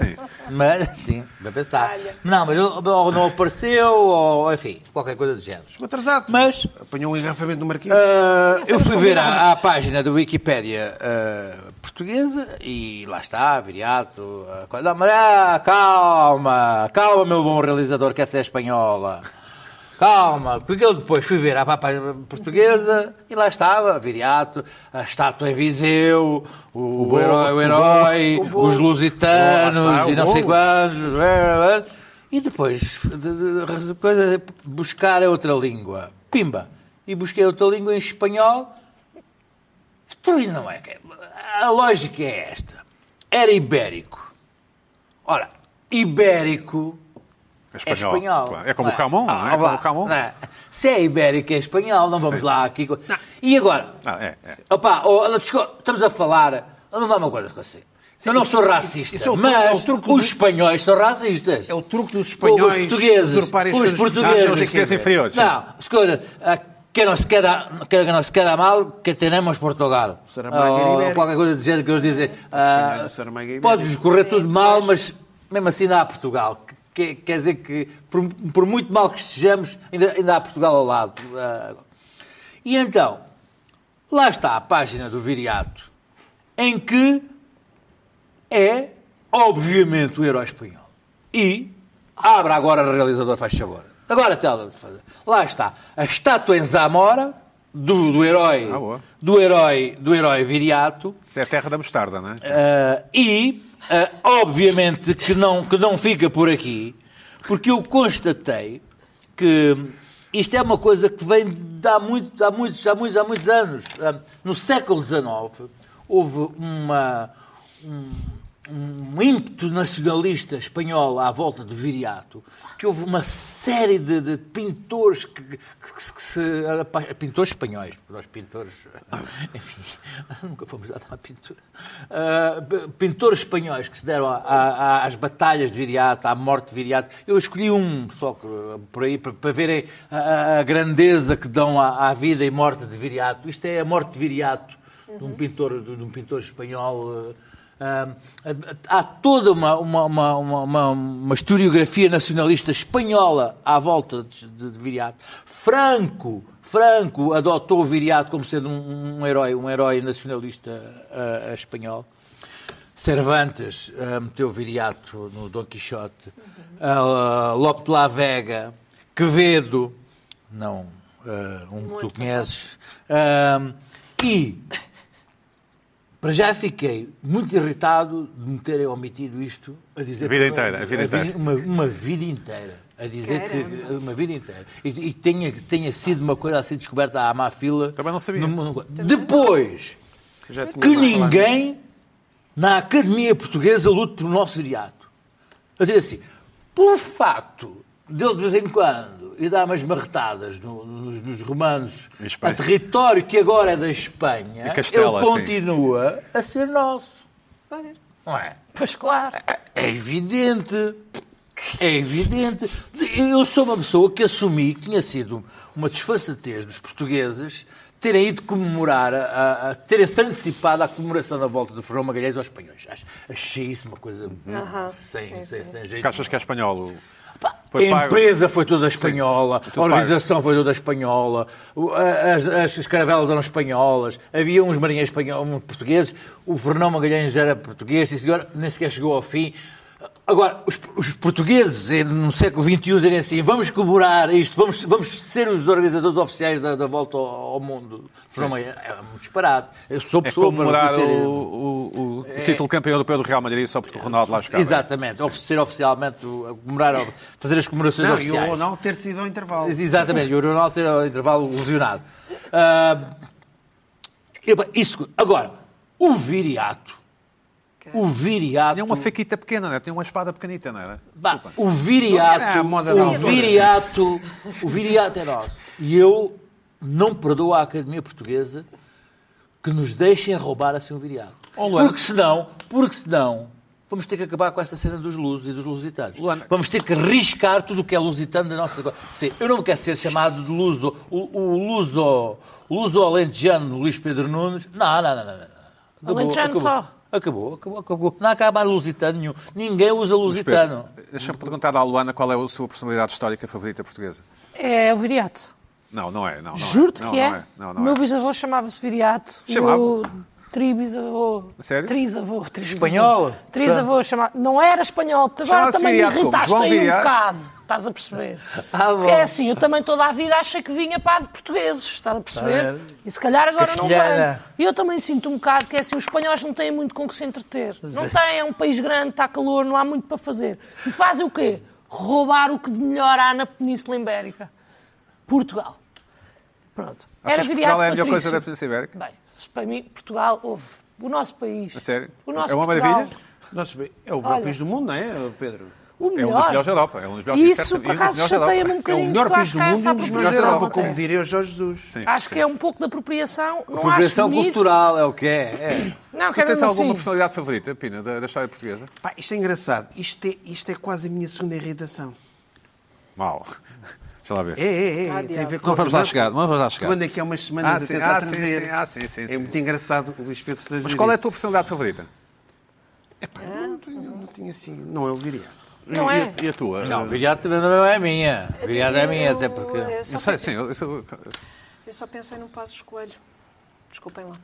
Speaker 3: mas, sim, vai pensar. Não, mas ou- ou não apareceu, ou enfim, qualquer coisa do género.
Speaker 2: Chegou atrasado.
Speaker 3: Mas Eh,
Speaker 2: Apanhou um engarrafamento no marquês.
Speaker 3: ah, eu fui ver à, à página da Wikipédia ah, portuguesa e lá está, viriato. a coisa- Não, mas, ah, calma, calma, meu bom realizador, que essa é espanhola. Calma, porque eu depois fui ver a papa portuguesa e lá estava, viriato, a estátua em Viseu, o, o
Speaker 1: bolo,
Speaker 3: herói, o
Speaker 1: o
Speaker 3: herói,
Speaker 4: bolo. O
Speaker 3: os
Speaker 4: bolo.
Speaker 3: lusitanos
Speaker 2: Lá está,
Speaker 3: e
Speaker 2: o
Speaker 3: não sei
Speaker 2: bolo.
Speaker 3: quantos. E depois, de- de- de- coisa, buscar a outra língua. Pimba. E busquei outra língua em espanhol então, e não é que- A lógica é esta. Era ibérico. Ora, ibérico
Speaker 1: É
Speaker 3: é
Speaker 1: espanhol.
Speaker 3: espanhol.
Speaker 1: claro. É como o
Speaker 3: Não
Speaker 1: Camon, não é?
Speaker 3: Ah,
Speaker 1: É como
Speaker 3: vá,
Speaker 1: o Camon.
Speaker 3: não é? Se é ibérico, é espanhol, não vamos lá aqui. co- E agora?
Speaker 1: Ah, é, é.
Speaker 3: Opa, oh, ela desco- estamos a falar. Não dá uma coisa com você. eu não sou racista,
Speaker 2: isso é o truque- é o
Speaker 3: mas
Speaker 2: truque do-
Speaker 3: os espanhóis são racistas.
Speaker 2: É o truque dos espanhóis
Speaker 3: Os portugueses.
Speaker 2: usurparem as
Speaker 3: Os
Speaker 2: coisas dos-
Speaker 3: portugueses.
Speaker 2: Acham-se
Speaker 1: que é inferiores.
Speaker 3: Não, escuta, ah, que nos queda, que nos queda mal que tenemos Portugal. Oh,
Speaker 2: Saramago é era
Speaker 3: Ou
Speaker 2: ibérico.
Speaker 3: qualquer coisa do género que eles dizem. ah,
Speaker 2: calhar o Saramago é ibérico.
Speaker 3: Podes correr tudo mal, mas mesmo assim ainda há Portugal. Que- que- quer dizer que, por, por muito mal que estejamos, ainda, ainda há Portugal ao lado. Ah, e então, lá está a página do Viriato, em que é, obviamente, o herói espanhol. E abra agora, realizador, faz favor. Agora tela de fazer. Lá está. A estátua em Zamora do, do herói.
Speaker 1: Ah, boa.
Speaker 3: do herói do herói Viriato.
Speaker 1: Isso é a terra da mostarda, não é?
Speaker 3: Ah, e, ah, obviamente, que não, que não fica por aqui, porque eu constatei que isto é uma coisa que vem de há, muito, há, muitos, há, muitos, há muitos anos. Ah, no século XIX, houve uma, um, um ímpeto nacionalista espanhol à volta do Viriato, que houve uma série de, de pintores que, que- que se- que se. apa- Pintores espanhóis, nós pintores. Enfim, nunca fomos dados à pintura. Ah, p- pintores espanhóis que se deram a- a- às batalhas de Viriato, à morte de Viriato. Eu escolhi um só que, ah, por aí, para, para verem a- a, a grandeza que dão à, à vida e morte de Viriato. Isto é a morte de Viriato, de, um pintor, de, um pintor espanhol. ah, ah, há toda uma, uma, uma, uma- uma- uma historiografia nacionalista espanhola à volta de, de- de Viriato. Franco, Franco adotou o Viriato como sendo um, um herói, um herói nacionalista ah, espanhol. Cervantes ah, meteu o Viriato no Dom Quixote. Ah, Lope de la Vega, Quevedo, não ah, um que tu conheces. Ah, e para já fiquei muito irritado de me terem omitido isto a dizer
Speaker 1: A vida
Speaker 3: que-
Speaker 1: inteira, a vida inteira.
Speaker 3: Uma, uma vida inteira. A dizer que.
Speaker 4: Caramba.
Speaker 3: Uma vida inteira. E, e tenha, tenha sido uma coisa a ser descoberta à má fila.
Speaker 1: Também não sabia.
Speaker 3: depois
Speaker 2: Já tinha
Speaker 3: que
Speaker 2: falado.
Speaker 3: ninguém na Academia Portuguesa lute pelo nosso viriato. Eu digo assim, pelo facto dele de vez em quando e dar umas marretadas no- nos, nos romanos
Speaker 1: Em
Speaker 3: a
Speaker 1: Espanha.
Speaker 3: território que agora é da Espanha,
Speaker 1: E Castela,
Speaker 3: ele
Speaker 1: sim.
Speaker 3: continua a ser nosso. Não é?
Speaker 5: Pois claro.
Speaker 3: É evidente. É evidente. Eu sou uma pessoa que assumi que tinha sido uma desfaçatez dos portugueses terem ido comemorar, a, a- a- terem-se antecipado à comemoração da volta de Ferrão Magalhães aos espanhóis. Acho- Achei isso uma coisa sem,
Speaker 4: sim,
Speaker 3: sem-
Speaker 4: sim.
Speaker 3: sem jeito.
Speaker 1: Que achas que é espanhol? o-
Speaker 3: a
Speaker 1: pago.
Speaker 3: empresa foi toda espanhola,
Speaker 1: tudo
Speaker 3: a organização foi toda espanhola, o- a- as, as caravelas eram espanholas, havia uns marinheiros espanhóis, uns portugueses, o Fernão Magalhães era português, e senhor nem sequer chegou ao fim. Agora, os, os portugueses eh, no século XXI dizem assim, vamos comemorar isto, vamos, vamos ser os organizadores oficiais da, da volta ao, ao mundo. Fernão Magalhães, é muito disparado. Eu sou
Speaker 1: É
Speaker 3: pessoa para eh,
Speaker 1: comemorar o,
Speaker 3: reconhecer-
Speaker 1: o, o, o título de campeão europeu do Real Madrid só porque o Ronaldo lá jogava. é?
Speaker 3: Exatamente, oferecer oficialmente, o- comemorar, fazer as comemorações
Speaker 2: Não, e o
Speaker 3: oficiais.
Speaker 2: Ronaldo ter sido ao intervalo.
Speaker 3: Exatamente, e o Ronaldo ter o intervalo lesionado. Ah, epá, isso, agora, o Viriato. O Viriato.
Speaker 1: Tinha uma faquita pequena, não é? Tinha uma espada pequenita, não era?
Speaker 3: Bah, o
Speaker 2: Era
Speaker 3: viriato,
Speaker 2: a moda da
Speaker 3: o
Speaker 2: altura.
Speaker 3: viriato, o viriato é nosso. E eu não perdoo à Academia Portuguesa que nos deixem roubar assim o viriato.
Speaker 1: Oh, Luana.
Speaker 3: Porque senão, porque senão, vamos ter que acabar com essa cena dos lusos e dos lusitanos.
Speaker 1: Luana.
Speaker 3: Vamos ter que riscar tudo o que é lusitano da nossa... Sim, eu não quero ser chamado de luso, o, o luso, o luso alentejano Luís Pedro Nunes. Não, não, não, não. não. Acabou,
Speaker 5: Alentejano
Speaker 3: acabou.
Speaker 5: só.
Speaker 3: Acabou, acabou, acabou. Não acaba a lusitano nenhum. Ninguém usa lusitano.
Speaker 1: Pedro, Deixa-me perguntar à Luana qual é a sua personalidade histórica favorita portuguesa.
Speaker 5: É o Viriato.
Speaker 1: Não, não é. Não, não
Speaker 5: Juro-te
Speaker 1: é. Não,
Speaker 5: que é.
Speaker 1: Não é. Não, não
Speaker 5: Meu
Speaker 1: é.
Speaker 5: bisavô chamava-se Viriato.
Speaker 1: Chamava?
Speaker 5: Eu tribisavô.
Speaker 1: Sério?
Speaker 5: Trisavô. trisavô.
Speaker 3: Espanhol?
Speaker 5: Trisavô chamado. Não era espanhol, porque agora
Speaker 1: Chamava-se
Speaker 5: também me
Speaker 1: Viriato como?
Speaker 5: irritaste
Speaker 1: João
Speaker 5: aí um
Speaker 1: Viriato?
Speaker 5: bocado. Estás a perceber?
Speaker 3: Ah, bom.
Speaker 5: Porque é assim, eu também toda a vida achei que vinha para de portugueses, estás a
Speaker 3: Ah,
Speaker 5: perceber?
Speaker 3: é.
Speaker 5: E se calhar agora não
Speaker 3: Castelhana.
Speaker 5: venho. E eu também sinto um bocado que é assim, os espanhóis não têm muito com que se entreter. Não têm, é um país grande, está calor, não há muito para fazer. E fazem o quê? Roubar o que de melhor há na Península Ibérica. Portugal. Pronto.
Speaker 1: Achas que
Speaker 5: Viriato
Speaker 1: Portugal é a melhor coisa
Speaker 5: Patrício.
Speaker 1: da Península Ibérica?
Speaker 5: Bem, se para mim, Portugal, houve. O nosso país.
Speaker 1: A sério?
Speaker 5: O nosso
Speaker 1: É uma
Speaker 5: Portugal,
Speaker 1: maravilha?
Speaker 2: Nossa, é o melhor
Speaker 5: Olha.
Speaker 2: país do mundo, não é, Pedro?
Speaker 5: O
Speaker 1: É
Speaker 5: melhor.
Speaker 1: um dos melhores da Europa. É um dos melhores
Speaker 5: Isso,
Speaker 1: certo-
Speaker 5: por
Speaker 1: e um dos
Speaker 5: acaso,
Speaker 1: melhores da Europa.
Speaker 5: chateia-me
Speaker 2: É
Speaker 5: um
Speaker 2: o
Speaker 5: bocadinho,
Speaker 2: melhor
Speaker 5: porque eu
Speaker 2: país
Speaker 5: acho
Speaker 2: do
Speaker 5: que há
Speaker 2: mundo e
Speaker 5: essa
Speaker 2: um dos melhores da
Speaker 5: apropriação,
Speaker 2: Europa,
Speaker 5: não tem?
Speaker 2: como diria o Jorge Jesus.
Speaker 1: Sim,
Speaker 5: Acho
Speaker 1: sim.
Speaker 5: que é um pouco de apropriação. Não
Speaker 3: Progressão
Speaker 5: acho bonito.
Speaker 3: cultural é o que é. é.
Speaker 5: Não, que é
Speaker 1: Tu tens
Speaker 5: mesmo
Speaker 1: alguma
Speaker 5: assim.
Speaker 1: personalidade favorita, Pina, da, da história portuguesa?
Speaker 2: Pá, isto é engraçado. Isto é, isto é quase a minha segunda irritação.
Speaker 1: Mal. Deixa lá ver.
Speaker 2: É, é, é.
Speaker 4: Ah,
Speaker 2: tem a ver
Speaker 4: diabo.
Speaker 2: com
Speaker 3: Não vamos lá chegar, não vamos lá chegar.
Speaker 2: Quando é aqui há umas semanas
Speaker 1: Ah,
Speaker 2: eu
Speaker 1: sim,
Speaker 2: tentar
Speaker 1: ah, sim,
Speaker 2: trazer.
Speaker 1: sim, ah, sim, sim,
Speaker 2: é
Speaker 1: sim.
Speaker 2: muito engraçado o Luís Pedro trazer
Speaker 1: Mas qual é a
Speaker 2: isso.
Speaker 1: tua personalidade favorita?
Speaker 2: Epá, É, não, tenho- não tinha assim. Não, eu diria.
Speaker 5: Não
Speaker 1: E-
Speaker 5: é?
Speaker 1: E, a- e a tua?
Speaker 3: Não,
Speaker 1: Eh,
Speaker 3: viriato também não é minha. Viriato é minha,
Speaker 4: Eu-
Speaker 3: até porque.
Speaker 4: eu só
Speaker 1: Eu sei, sim. Eu, eu sou-
Speaker 4: Eu só pensei no Passos Coelho. Desculpem lá.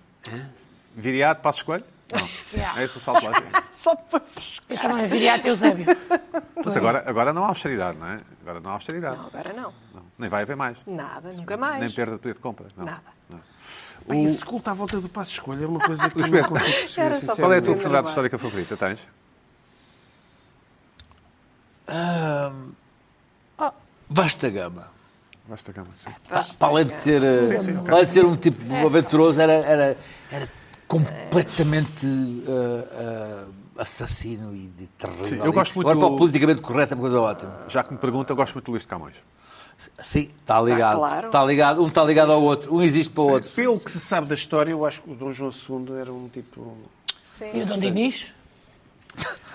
Speaker 1: Viriato, Passos Coelho? Não. É esse o salto lá.
Speaker 4: Só para vos-
Speaker 5: Eu também, é Viriato Eusébio.
Speaker 1: Mas Então, assim, agora, agora não há austeridade, não é? Agora não há austeridade.
Speaker 4: Não, agora não.
Speaker 1: Não. Nem vai haver mais.
Speaker 4: Nada, nunca mais.
Speaker 1: Nem perda de poder de compra. Não.
Speaker 4: Nada.
Speaker 1: Não.
Speaker 2: Pá, esse culto à volta do passo de escolha é uma coisa que eu
Speaker 1: Luís
Speaker 2: não
Speaker 1: Pedro,
Speaker 2: consigo perceber,
Speaker 4: Era só
Speaker 1: Qual é a
Speaker 2: sinceramente.
Speaker 1: tua
Speaker 4: Sim,
Speaker 1: personalidade
Speaker 4: não
Speaker 1: histórica favorita? Tens?
Speaker 3: Ahm, vasta gama.
Speaker 1: Gosto da cama, sim.
Speaker 3: Pa- Para além de ser, eh,
Speaker 1: sim,
Speaker 3: para além de ser um tipo
Speaker 5: É.
Speaker 3: aventuroso, era, era, era completamente eh, eh, assassino e de terrível.
Speaker 1: Sim, eu gosto muito
Speaker 3: Agora, para
Speaker 1: do-
Speaker 3: o politicamente correto, é uma coisa ótima.
Speaker 1: Já que me pergunta, gosto muito do Luís de Camões.
Speaker 3: Sim, está ligado.
Speaker 4: Tá, claro.
Speaker 3: Está ligado. Um está ligado ao outro, um existe para o outro.
Speaker 2: Pelo que se sabe da história, eu acho que o Dom João II era um tipo.
Speaker 5: E o
Speaker 4: Sim.
Speaker 5: Dom Dinis?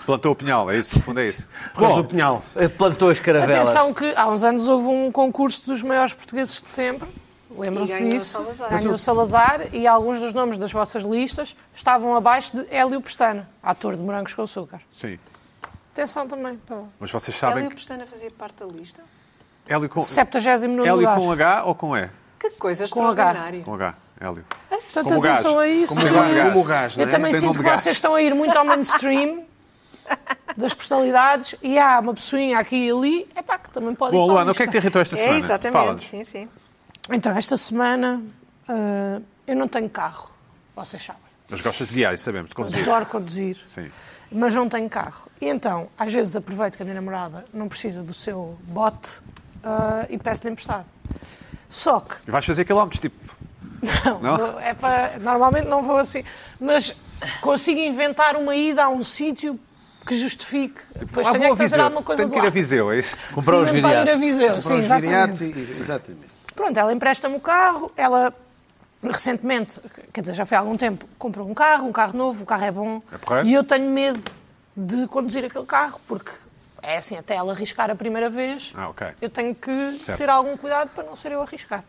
Speaker 1: Plantou o pinhal, é isso? No fundo é isso.
Speaker 2: Por causa do Pinhal.
Speaker 3: Eh, Plantou as caravelas.
Speaker 5: Atenção que há uns anos houve um concurso dos maiores portugueses de sempre.
Speaker 4: E
Speaker 5: Lembram-se
Speaker 4: ganhou
Speaker 5: disso?
Speaker 4: Salazar.
Speaker 5: Ganhou o Salazar e alguns dos nomes das vossas listas estavam abaixo de Hélio Pestana, ator de Morangos com Açúcar.
Speaker 1: Sim.
Speaker 5: Atenção também. Pá.
Speaker 1: Mas vocês
Speaker 4: Ela e
Speaker 1: sabem
Speaker 4: o
Speaker 1: que...
Speaker 4: Pestana fazia parte da lista?
Speaker 1: Hélio com...
Speaker 5: 79
Speaker 1: Hélio
Speaker 5: lugar.
Speaker 1: com H ou com E?
Speaker 4: Que coisa
Speaker 5: Com H.
Speaker 4: extraordinária.
Speaker 1: Com H, Hélio.
Speaker 5: Portanto,
Speaker 1: Como o gás.
Speaker 5: atenção a isso.
Speaker 2: Como o gás, como o gás, não
Speaker 5: Eu
Speaker 2: é?
Speaker 5: também
Speaker 1: Tem
Speaker 5: sinto
Speaker 1: nome
Speaker 5: que
Speaker 1: de gajo.
Speaker 5: vocês estão a ir muito ao mainstream das personalidades e há uma pessoinha aqui e ali, é pá, que também pode
Speaker 1: Bom,
Speaker 5: ir para a
Speaker 1: Luana, o que é que te irritou esta semana?
Speaker 4: É, exatamente.
Speaker 1: Fala-nos.
Speaker 4: Sim, sim.
Speaker 5: lista. Então, esta semana ah, eu não tenho carro, vocês sabem.
Speaker 1: Mas gostas de viagens, sabemos, de conduzir.
Speaker 5: Adoro conduzir,
Speaker 1: Sim.
Speaker 5: mas não tenho carro. E então, às vezes aproveito que a minha namorada não precisa do seu bote ah, e peço-lhe emprestado. Só que
Speaker 1: E vais fazer quilómetros, tipo...
Speaker 5: Não,
Speaker 1: Não? Ah,
Speaker 5: vou- é para- normalmente não vou assim. Mas consigo inventar uma ida a um sítio que justifique. Depois
Speaker 1: ah,
Speaker 5: tenho
Speaker 1: vou a
Speaker 5: é que trazer
Speaker 1: Viseu.
Speaker 5: alguma coisa
Speaker 1: Tenho
Speaker 5: de
Speaker 1: que ir
Speaker 5: lá.
Speaker 1: a Viseu, é isso?
Speaker 3: Comprar os
Speaker 5: Sim, para ir a
Speaker 3: viriatos.
Speaker 5: Viseu, sim,
Speaker 2: Para os viriatos
Speaker 5: exatamente.
Speaker 2: e. Exatamente.
Speaker 5: Pronto, ela empresta-me o carro, ela recentemente, quer dizer, já foi há algum tempo, comprou um carro, um carro novo, o carro é bom.
Speaker 1: É porreiro.
Speaker 5: e eu tenho medo de conduzir aquele carro, porque é assim, até ela arriscar a primeira vez,
Speaker 1: Ah, ok.
Speaker 5: eu tenho que
Speaker 1: Certo.
Speaker 5: ter algum cuidado para não ser eu a arriscar.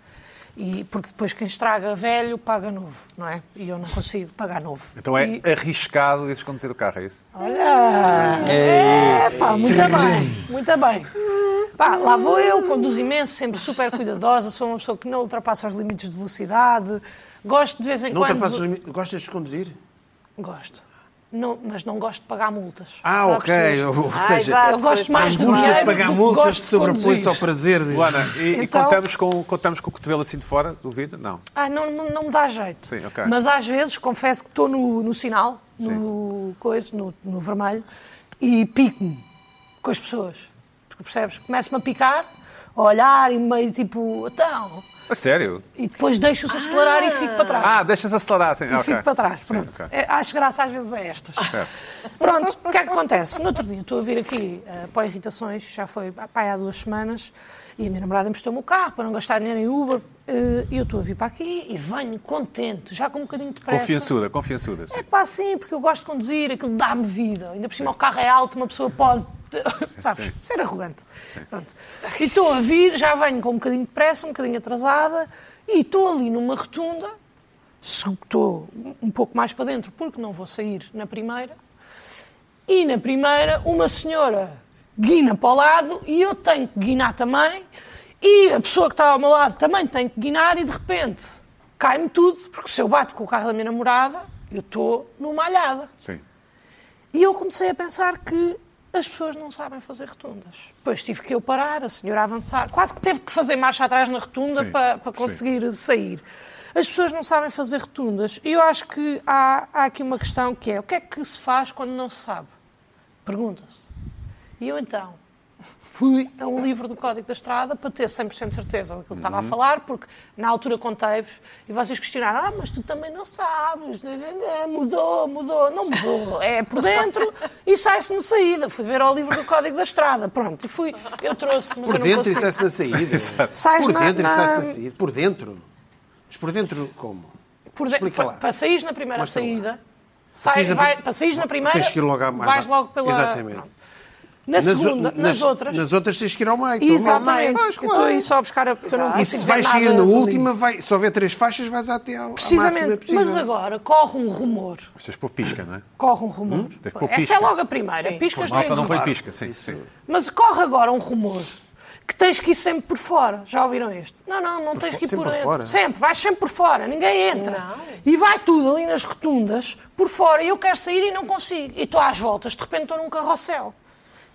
Speaker 5: E, porque depois quem estraga velho paga novo, não é? E eu não consigo pagar novo.
Speaker 1: Então é
Speaker 5: E-
Speaker 1: arriscado dizes conduzir o carro, é isso?
Speaker 5: Olha! É, pá, muito bem, muito bem. Pá, lá vou eu, conduzo imenso, sempre super cuidadosa, sou uma pessoa que não ultrapassa os limites de velocidade, gosto de vez em
Speaker 2: Não
Speaker 5: quando...
Speaker 2: ultrapassas os limites. Gostas de conduzir?
Speaker 5: Gosto. Não, mas não gosto de pagar multas.
Speaker 2: Ah,
Speaker 5: Está a
Speaker 2: ok.
Speaker 5: perceber?
Speaker 2: Ou
Speaker 4: Ah,
Speaker 2: seja,
Speaker 4: exato.
Speaker 5: Eu gosto mais
Speaker 4: A angústia
Speaker 5: do
Speaker 2: angústia de
Speaker 5: dinheiro
Speaker 2: pagar
Speaker 5: do que
Speaker 2: multas
Speaker 5: é? gosto de
Speaker 2: sobrepõe-se
Speaker 5: conduzir.
Speaker 2: ao prazer de.
Speaker 1: Luana, e, e
Speaker 5: Então-
Speaker 1: contamos, com, contamos com o cotovelo assim de fora do vidro? Não.
Speaker 5: Ah, não, não, não me dá jeito.
Speaker 1: Sim, ok.
Speaker 5: Mas às vezes, confesso que estou no, no sinal, no coisa, no, no vermelho, e pico-me com as pessoas. Porque percebes? Começo-me a picar, a olhar e meio tipo, então.
Speaker 1: A sério?
Speaker 5: E depois deixo-os acelerar e fico para trás.
Speaker 1: Ah, deixas acelerar. Assim.
Speaker 5: E Um fico para trás, pronto.
Speaker 1: ok.
Speaker 5: É, acho graça às vezes a estas. Pronto, o que é que acontece? No outro dia estou a vir aqui eh, para irritações, já foi ah, pá, há duas semanas, e a minha namorada emprestou-me o carro para não gastar dinheiro em Uber, eh, e eu estou a vir para aqui e venho contente, já com um bocadinho de pressa.
Speaker 1: Confiançuda, confiançuda. sim.
Speaker 5: É pá, sim, porque eu gosto de conduzir, aquilo dá-me vida. Ainda por cima o carro é alto, uma pessoa pode, sabes, ser arrogante. Pronto. E estou a vir, já venho com um bocadinho de pressa, um bocadinho atrasada, e estou ali numa rotunda, se- estou um pouco mais para dentro, porque não vou sair na primeira, e na primeira uma senhora guina para o lado e eu tenho que guinar também e a pessoa que está ao meu lado também tem que guinar e de repente cai-me tudo, porque se eu bato com o carro da minha namorada, Eu estou numa alhada.
Speaker 1: Sim.
Speaker 5: E eu comecei a pensar que as pessoas não sabem fazer rotundas. Depois tive que eu parar, a senhora avançar. Quase que teve que fazer marcha atrás na rotunda
Speaker 1: Sim,
Speaker 5: para, para
Speaker 1: sim.
Speaker 5: conseguir sair. As pessoas não sabem fazer rotundas. E eu acho que há, há aqui uma questão que é o que é que se faz quando não se sabe? Pergunta-se. E eu então fui a um livro do Código da Estrada para ter 100% de certeza daquilo que estava a
Speaker 2: Uhum.
Speaker 5: falar, porque na altura contei-vos e vocês questionaram: ah, mas tu também não sabes, mudou, mudou, não mudou, é por dentro e sai-se na saída. Fui ver ao livro do Código da Estrada, pronto, e fui, eu trouxe, mas
Speaker 2: Por
Speaker 5: eu não
Speaker 2: dentro e
Speaker 5: consigo.
Speaker 2: sai-se na saída.
Speaker 5: Sais
Speaker 2: por
Speaker 5: na-
Speaker 2: dentro e
Speaker 5: na-
Speaker 2: sai-se na saída. Por dentro. Mas por dentro como?
Speaker 5: Por de-
Speaker 2: Explica
Speaker 5: pa-
Speaker 2: lá.
Speaker 5: Para saís na primeira
Speaker 2: Mostra lá.
Speaker 5: saída,
Speaker 2: Saís
Speaker 5: sais,
Speaker 2: na
Speaker 5: vai,
Speaker 2: pri-
Speaker 5: para saís na primeira,
Speaker 2: Tens que ir logo à mais
Speaker 5: vais
Speaker 2: à-
Speaker 5: logo pela...
Speaker 2: Exatamente.
Speaker 5: Na
Speaker 2: Nas o-
Speaker 5: segunda, nas, outras.
Speaker 2: Nas outras tens que ir ao meio. pelo meio.
Speaker 5: Exatamente.
Speaker 2: Pois,
Speaker 5: Eu estou
Speaker 2: claro.
Speaker 5: aí só a buscar a. porque eu não
Speaker 2: E
Speaker 5: consigo
Speaker 2: se
Speaker 5: ver
Speaker 2: vais
Speaker 5: nada
Speaker 2: sair na
Speaker 5: do livro.
Speaker 2: última, vai, se houver três faixas, vais até ao, à máxima é
Speaker 5: Precisamente.
Speaker 2: possível.
Speaker 5: Mas agora corre um rumor.
Speaker 1: Vocês pôr pisca, não é?
Speaker 5: Corre um rumor.
Speaker 1: Tem que pôr
Speaker 5: Essa
Speaker 1: pisca.
Speaker 5: é logo a primeira. Piscas
Speaker 1: O mapa
Speaker 5: três
Speaker 1: não põe
Speaker 5: vezes.
Speaker 1: pisca, sim, sim.
Speaker 5: Mas corre agora um rumor que tens que ir sempre por fora. Já ouviram isto? Não, não, não tens
Speaker 2: fo-
Speaker 5: que ir
Speaker 2: sempre
Speaker 5: por
Speaker 2: por
Speaker 5: dentro.
Speaker 2: fora?
Speaker 5: Sempre, vais sempre por fora, ninguém entra. E vai tudo ali nas rotundas, por fora, e eu quero sair e não consigo. E estou às voltas, de repente estou num carrossel.